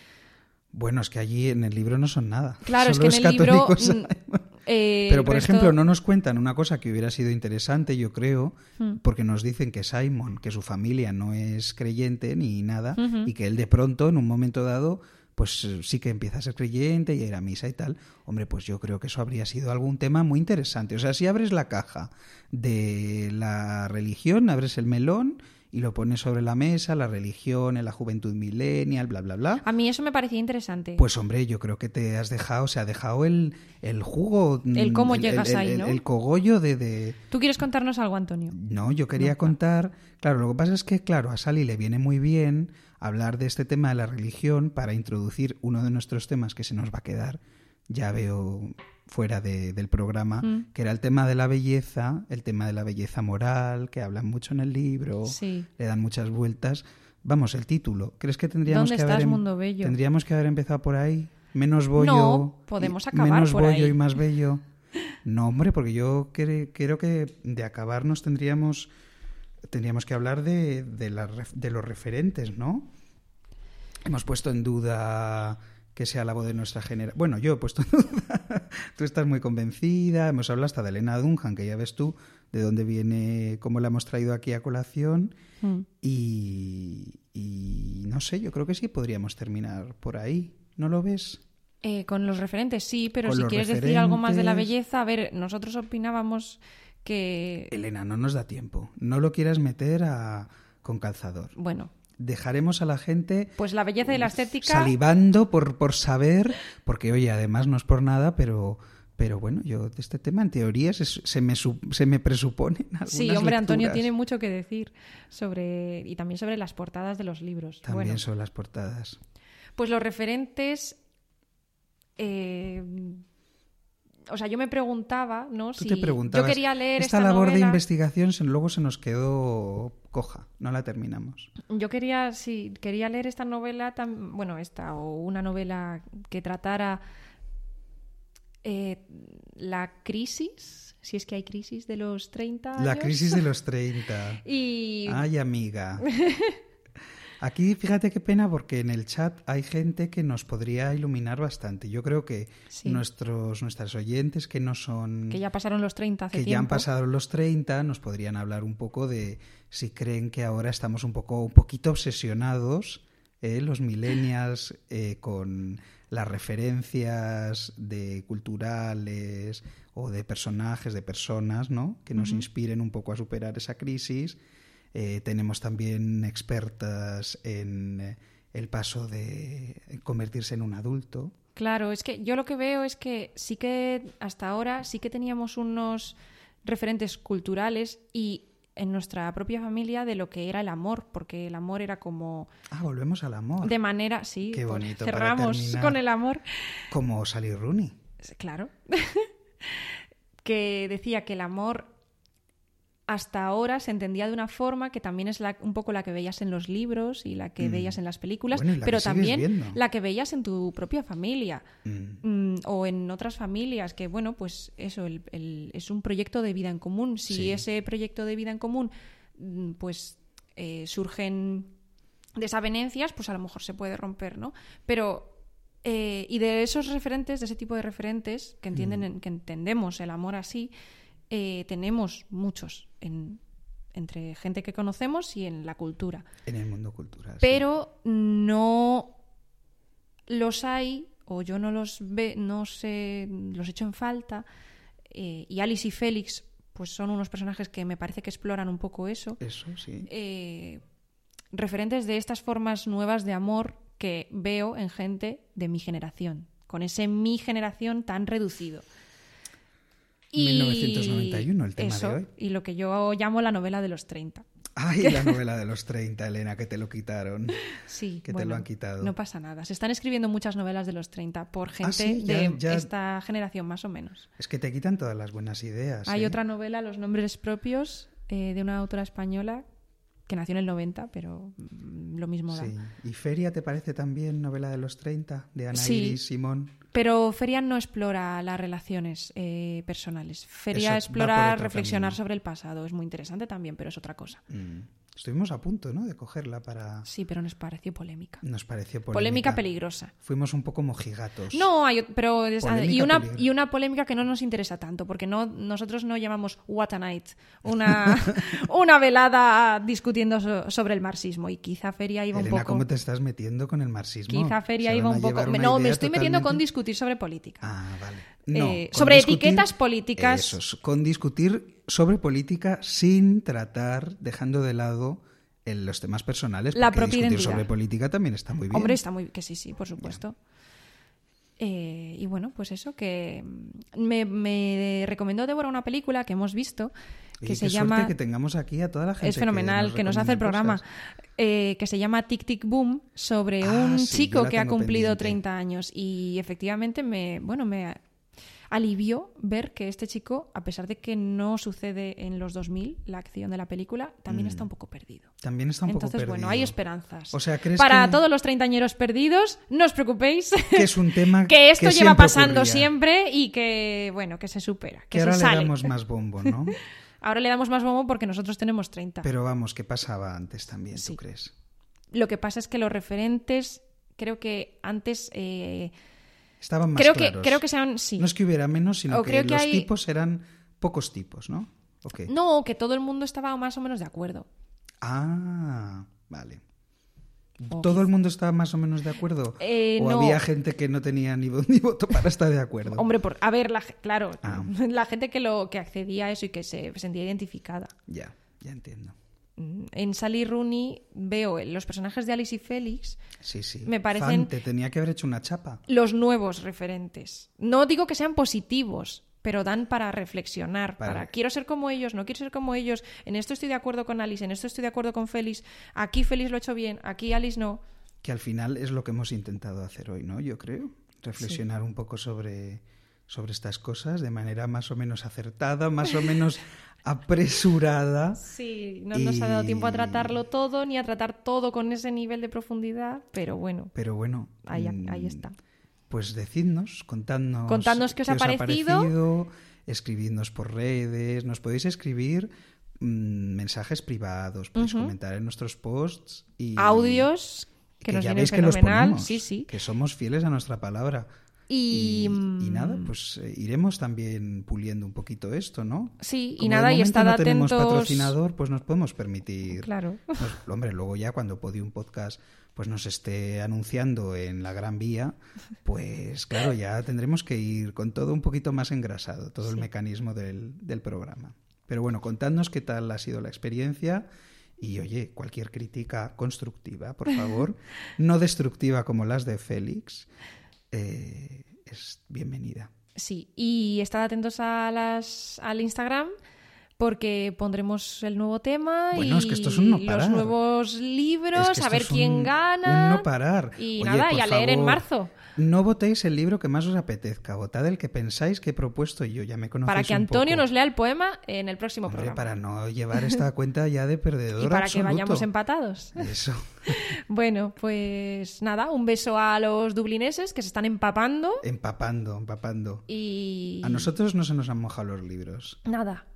Speaker 2: Bueno, es que allí en el libro no son nada.
Speaker 1: Claro,
Speaker 2: Solo
Speaker 1: es que en el
Speaker 2: los
Speaker 1: libro.
Speaker 2: católicos
Speaker 1: mm,
Speaker 2: hay.
Speaker 1: eh,
Speaker 2: Pero
Speaker 1: el
Speaker 2: por
Speaker 1: resto-
Speaker 2: ejemplo, no nos cuentan una cosa que hubiera sido interesante, yo creo,
Speaker 1: Hmm.
Speaker 2: porque nos dicen que Simon, que su familia no es creyente ni nada,
Speaker 1: Ujú.
Speaker 2: y que él de pronto, en un momento dado, pues eh, sí que empieza a ser creyente y a ir a misa y tal. Hombre, pues yo creo que eso habría sido algún tema muy interesante. O sea, si abres la caja de la religión, abres el melón y lo pones sobre la mesa, la religión, la juventud millennial, bla, bla, bla.
Speaker 1: A mí eso me parecía interesante.
Speaker 2: Pues hombre, yo creo que te has dejado, se ha dejado el, el jugo. mm,
Speaker 1: El cómo llegas
Speaker 2: el-
Speaker 1: ahí,
Speaker 2: el-
Speaker 1: ¿no?
Speaker 2: El cogollo de... de-
Speaker 1: ¿Tú quieres contarnos algo, Antonio?
Speaker 2: No, yo quería contar... Claro, lo que pasa es que, claro, a Sally le viene muy bien hablar de este tema de la religión para introducir uno de nuestros temas que se nos va a quedar, ya veo fuera de- del programa,
Speaker 1: Mm.
Speaker 2: que era el tema de la belleza, el tema de la belleza moral, que hablan mucho en el libro,
Speaker 1: Sí.
Speaker 2: le dan muchas vueltas. Vamos, el título. ¿Crees que tendríamos
Speaker 1: ¿Dónde
Speaker 2: que
Speaker 1: estás,
Speaker 2: haber em-
Speaker 1: mundo bello?
Speaker 2: Tendríamos que haber empezado por ahí. Menos bollo.
Speaker 1: No, podemos
Speaker 2: y-
Speaker 1: acabar
Speaker 2: Menos
Speaker 1: por
Speaker 2: bollo
Speaker 1: ahí. [LAUGHS]
Speaker 2: y más bello. No, hombre, porque yo cre- creo que de acabarnos tendríamos tendríamos que hablar de, de, las ref- de los referentes, ¿no? Hemos puesto en duda que sea la voz de nuestra generación. Bueno, yo he puesto en duda. [LAUGHS] tú estás muy convencida. Hemos hablado hasta de Elena Dunham, que ya ves tú de dónde viene, cómo la hemos traído aquí a colación.
Speaker 1: Mm.
Speaker 2: Y, y no sé, yo creo que sí podríamos terminar por ahí. ¿No lo ves?
Speaker 1: Eh, con los referentes, sí, pero
Speaker 2: Con
Speaker 1: si
Speaker 2: los
Speaker 1: quieres decir algo más de la
Speaker 2: referentes.
Speaker 1: belleza, a ver, nosotros opinábamos que.
Speaker 2: Elena, no nos da tiempo. No lo quieras meter a, con calzador.
Speaker 1: Bueno,
Speaker 2: Dejaremos a la gente
Speaker 1: pues la belleza y la estética.
Speaker 2: salivando por, por saber, porque oye, además no es por nada, pero, pero bueno, yo de este tema en teoría se, se me, su- se me presuponen [LAUGHS] algunas
Speaker 1: Sí, hombre, Antonio
Speaker 2: lecturas.
Speaker 1: tiene mucho que decir sobre. y también sobre las portadas de los libros.
Speaker 2: También
Speaker 1: Bueno,
Speaker 2: son las portadas.
Speaker 1: pues los referentes. eh, o sea, yo me preguntaba, ¿no?
Speaker 2: Tú
Speaker 1: si
Speaker 2: te preguntabas,
Speaker 1: yo quería leer
Speaker 2: esta,
Speaker 1: esta,
Speaker 2: labor de
Speaker 1: novela.
Speaker 2: investigación se- luego se nos quedó coja, no la terminamos.
Speaker 1: Yo quería, sí, quería leer esta novela, tam- bueno, esta o una novela que tratara eh, la crisis, si es que hay crisis de los 30 años.
Speaker 2: La crisis
Speaker 1: [LAUGHS]
Speaker 2: de los 30.
Speaker 1: Y [LAUGHS]
Speaker 2: Ay, amiga. Aquí fíjate qué pena porque en el chat hay gente que nos podría iluminar bastante. Yo creo que
Speaker 1: Sí.
Speaker 2: nuestros nuestras oyentes que no son
Speaker 1: que ya pasaron los 30 hace
Speaker 2: que ya han
Speaker 1: tiempo.
Speaker 2: pasado los 30 nos podrían hablar un poco de si creen que ahora estamos un poco un poquito obsesionados eh, los millennials eh, con las referencias de culturales o de personajes de personas no que nos inspiren un poco a superar esa crisis Eh, tenemos también expertas en, eh, el paso de convertirse en un adulto.
Speaker 1: Claro, es que yo lo que veo es que sí que hasta ahora sí que teníamos unos referentes culturales y en nuestra propia familia de lo que era el amor, porque el amor era como
Speaker 2: Ah, volvemos al amor.
Speaker 1: de manera, sí,
Speaker 2: Qué
Speaker 1: pues,
Speaker 2: bonito para
Speaker 1: cerramos
Speaker 2: terminar.
Speaker 1: con el amor.
Speaker 2: Como Sally Rooney.
Speaker 1: Claro. [LAUGHS] que decía que el amor hasta ahora se entendía de una forma que también es la- un poco la que veías en los libros y la que
Speaker 2: Mm.
Speaker 1: veías en las películas,
Speaker 2: Bueno, y la
Speaker 1: pero
Speaker 2: que sigues
Speaker 1: también
Speaker 2: viendo.
Speaker 1: la que veías en tu propia familia
Speaker 2: Mm.
Speaker 1: mm, o en otras familias que, bueno, pues eso, el- el- es un proyecto de vida en común. Si
Speaker 2: Sí.
Speaker 1: ese proyecto de vida en común, mm, pues eh, surgen desavenencias, pues a lo mejor se puede romper, ¿no? Pero... eh, y de esos referentes, de ese tipo de referentes que entienden, en- que entendemos el amor así, eh, tenemos muchos en- entre gente que conocemos y en la cultura
Speaker 2: En el mundo cultural. sí.
Speaker 1: pero no los hay o yo no los ve, no sé, los echo en falta. eh, y Alice y Félix, pues son unos personajes que me parece que exploran un poco eso.
Speaker 2: Eso sí.
Speaker 1: Eh, referentes de estas formas nuevas de amor que veo en gente de mi generación, con ese mi generación tan reducido.
Speaker 2: 1991, el tema de
Speaker 1: eso,
Speaker 2: hoy.
Speaker 1: Y lo que yo llamo la novela de los 30.
Speaker 2: Ay, la novela de los 30, Elena, que te lo quitaron.
Speaker 1: Sí,
Speaker 2: que te
Speaker 1: bueno,
Speaker 2: lo han quitado. Ah,
Speaker 1: No pasa nada. Se están escribiendo muchas novelas de los 30 por gente
Speaker 2: sí, ya-
Speaker 1: de
Speaker 2: ya-
Speaker 1: esta generación, más o menos.
Speaker 2: Es que te quitan todas las buenas ideas.
Speaker 1: Hay
Speaker 2: ¿eh?
Speaker 1: otra novela, Los nombres propios, eh, de una autora española que nació en el 90, pero mm, lo mismo da.
Speaker 2: Sí. ¿Y Feria te parece también novela de los 30 de Ana
Speaker 1: Sí.
Speaker 2: Iris Simón?
Speaker 1: Pero Feria no explora las relaciones eh, personales.
Speaker 2: Eso
Speaker 1: Feria
Speaker 2: va por
Speaker 1: explora
Speaker 2: otro
Speaker 1: reflexionar
Speaker 2: camino.
Speaker 1: sobre el pasado. Es muy interesante también, pero es otra cosa.
Speaker 2: Mm. Estuvimos a punto, ¿no? De cogerla para.
Speaker 1: Sí, pero nos pareció polémica.
Speaker 2: Nos pareció polémica.
Speaker 1: Polémica peligrosa.
Speaker 2: Fuimos un poco mojigatos.
Speaker 1: No, hay, ot- pero es- ah,
Speaker 2: Polémica
Speaker 1: y una,
Speaker 2: peligro.
Speaker 1: y una polémica que no nos interesa tanto, porque no, nosotros no llamamos What a Night
Speaker 2: [LAUGHS]
Speaker 1: una, una velada discutiendo so- sobre el marxismo. Y quizá Feria iba
Speaker 2: Elena,
Speaker 1: un poco.
Speaker 2: ¿cómo te estás metiendo con el marxismo?
Speaker 1: Quizá Feria
Speaker 2: Se
Speaker 1: iba
Speaker 2: van a
Speaker 1: un poco.
Speaker 2: llevar
Speaker 1: me-
Speaker 2: una
Speaker 1: No, me
Speaker 2: idea
Speaker 1: estoy metiendo con
Speaker 2: totalmente-
Speaker 1: discutir sobre política.
Speaker 2: Ah, vale. No,
Speaker 1: Eh,
Speaker 2: con
Speaker 1: sobre
Speaker 2: discutir-
Speaker 1: etiquetas políticas.
Speaker 2: Eso, es, con discutir sobre política sin tratar, dejando de lado el- los temas personales.
Speaker 1: La
Speaker 2: porque
Speaker 1: propia
Speaker 2: discutir
Speaker 1: identidad.
Speaker 2: sobre política también está muy bien.
Speaker 1: Hombre, está muy. que sí, sí, por supuesto. Eh, y bueno, pues eso, que mm, me, me recomendó Débora una película que hemos visto
Speaker 2: Y
Speaker 1: que se
Speaker 2: qué suerte
Speaker 1: llama
Speaker 2: que tengamos aquí a toda la gente.
Speaker 1: es fenomenal, que nos, hace el
Speaker 2: recomienda
Speaker 1: programa,
Speaker 2: cosas.
Speaker 1: eh, que se llama Tic Tic Boom, sobre
Speaker 2: Ah,
Speaker 1: un
Speaker 2: sí, yo
Speaker 1: chico
Speaker 2: la
Speaker 1: que ha
Speaker 2: tengo
Speaker 1: cumplido
Speaker 2: pendiente.
Speaker 1: 30 años. Y efectivamente me, bueno, me alivió ver que este chico, a pesar de que no sucede en los 2000, la acción de la película, también
Speaker 2: Mm.
Speaker 1: está un poco perdido.
Speaker 2: También está un poco
Speaker 1: Entonces, bueno, hay
Speaker 2: perdido.
Speaker 1: esperanzas.
Speaker 2: O sea, ¿crees
Speaker 1: Para
Speaker 2: que-
Speaker 1: todos los treintañeros perdidos, no os preocupéis. [LAUGHS]
Speaker 2: Que es un tema
Speaker 1: que esto lleva
Speaker 2: siempre
Speaker 1: pasando
Speaker 2: ocurría.
Speaker 1: siempre y que, bueno, que se supera, que,
Speaker 2: Que ahora
Speaker 1: se
Speaker 2: le
Speaker 1: sale.
Speaker 2: damos más bombo,
Speaker 1: [LAUGHS]
Speaker 2: ¿no?
Speaker 1: Ahora le damos más bombo porque nosotros tenemos 30.
Speaker 2: Pero vamos, que pasaba antes también, ¿tú
Speaker 1: Sí.
Speaker 2: crees?
Speaker 1: Lo que pasa es que los referentes, creo que antes. eh,
Speaker 2: Estaban más
Speaker 1: creo,
Speaker 2: claros.
Speaker 1: que, creo que sean. Sí.
Speaker 2: No es que hubiera menos, sino
Speaker 1: O
Speaker 2: que,
Speaker 1: creo que
Speaker 2: los
Speaker 1: hay-
Speaker 2: tipos eran pocos tipos, ¿no? ¿O qué?
Speaker 1: No, que todo el mundo estaba más o menos de acuerdo.
Speaker 2: Ah, vale.
Speaker 1: O
Speaker 2: ¿Todo el mundo estaba más o menos de acuerdo?
Speaker 1: Eh,
Speaker 2: ¿O
Speaker 1: no.
Speaker 2: había gente que no tenía ni, vo- ni voto para estar de acuerdo?
Speaker 1: Hombre, por, a ver, la, ge- claro,
Speaker 2: Ah.
Speaker 1: [LAUGHS] la gente que, lo, que accedía a eso y que se sentía identificada.
Speaker 2: Ya, ya entiendo.
Speaker 1: Mm, En Sally Rooney veo los personajes de Alice y Félix,
Speaker 2: Sí, sí.
Speaker 1: Me parecen-
Speaker 2: Fan, te tenía que haber hecho una chapa.
Speaker 1: los nuevos referentes. No digo que sean positivos, pero dan para reflexionar,
Speaker 2: Para-
Speaker 1: para... quiero ser como ellos, no quiero ser como ellos, en esto estoy de acuerdo con Alice, en esto estoy de acuerdo con Félix, aquí Félix lo ha hecho bien, aquí Alice no.
Speaker 2: Que al final es lo que hemos intentado hacer hoy, ¿no? Yo creo. Reflexionar un poco sobre, sobre estas cosas de manera más o menos acertada, más o
Speaker 1: [LAUGHS]
Speaker 2: menos apresurada.
Speaker 1: Sí, no nos ha dado
Speaker 2: Y-
Speaker 1: tiempo a tratarlo todo, ni a tratar todo con ese nivel de profundidad, pero bueno,
Speaker 2: Pero bueno.
Speaker 1: ahí,
Speaker 2: mm,
Speaker 1: ahí está.
Speaker 2: Pues decidnos, contadnos.
Speaker 1: Contadnos qué os ha parecido.
Speaker 2: parecido, Escribidnos por redes. Nos podéis escribir mm, mensajes privados, podéis comentar en nuestros posts. Y,
Speaker 1: Audios que, nos
Speaker 2: ya
Speaker 1: vienen
Speaker 2: veis que los
Speaker 1: fenomenal,
Speaker 2: ponemos,
Speaker 1: sí, sí.
Speaker 2: Que somos fieles a nuestra palabra.
Speaker 1: Y,
Speaker 2: y, y
Speaker 1: mm,
Speaker 2: nada, pues eh, iremos también puliendo un poquito esto, ¿no?
Speaker 1: Sí, y
Speaker 2: Como de
Speaker 1: nada, y
Speaker 2: momento
Speaker 1: estad
Speaker 2: no tenemos
Speaker 1: atentos.
Speaker 2: patrocinador, pues nos podemos permitir.
Speaker 1: Claro.
Speaker 2: nos- Pues, hombre, luego ya cuando Podium Podcast pues nos esté anunciando en la Gran Vía, pues claro, ya tendremos que ir con todo un poquito más engrasado, todo el mecanismo del, del programa. Pero bueno, contadnos qué tal ha sido la experiencia Y oye, cualquier crítica constructiva, por
Speaker 1: [LAUGHS]
Speaker 2: favor, no destructiva como las de Félix, eh, es bienvenida.
Speaker 1: Sí, y estad atentos a las, al Instagram porque pondremos el nuevo tema
Speaker 2: Bueno,
Speaker 1: y
Speaker 2: es que esto es un no
Speaker 1: los
Speaker 2: parar.
Speaker 1: nuevos libros,
Speaker 2: Es que
Speaker 1: a
Speaker 2: esto
Speaker 1: ver
Speaker 2: es
Speaker 1: quién
Speaker 2: un-
Speaker 1: gana.
Speaker 2: un no parar.
Speaker 1: Y
Speaker 2: Oye,
Speaker 1: nada, y
Speaker 2: por
Speaker 1: a leer en
Speaker 2: favor,
Speaker 1: marzo.
Speaker 2: No votéis el libro que más os apetezca, votad el que pensáis que he propuesto yo, ya me conocéis
Speaker 1: Para que
Speaker 2: un
Speaker 1: Antonio
Speaker 2: poco.
Speaker 1: nos lea el poema en el próximo
Speaker 2: Hombre,
Speaker 1: programa.
Speaker 2: para no llevar esta cuenta ya de perdedor
Speaker 1: y para que
Speaker 2: absoluto.
Speaker 1: vayamos empatados. [LAUGHS]
Speaker 2: Eso.
Speaker 1: Bueno, pues nada, un beso a los dublineses que se están empapando
Speaker 2: Empapando, empapando.
Speaker 1: y
Speaker 2: A nosotros no se nos han mojado los libros.
Speaker 1: nada,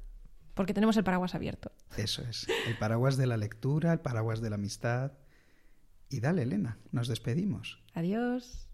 Speaker 1: porque tenemos el paraguas abierto.
Speaker 2: Eso es. El paraguas de la lectura, el paraguas de la amistad. Y dale, Elena, nos despedimos.
Speaker 1: Adiós.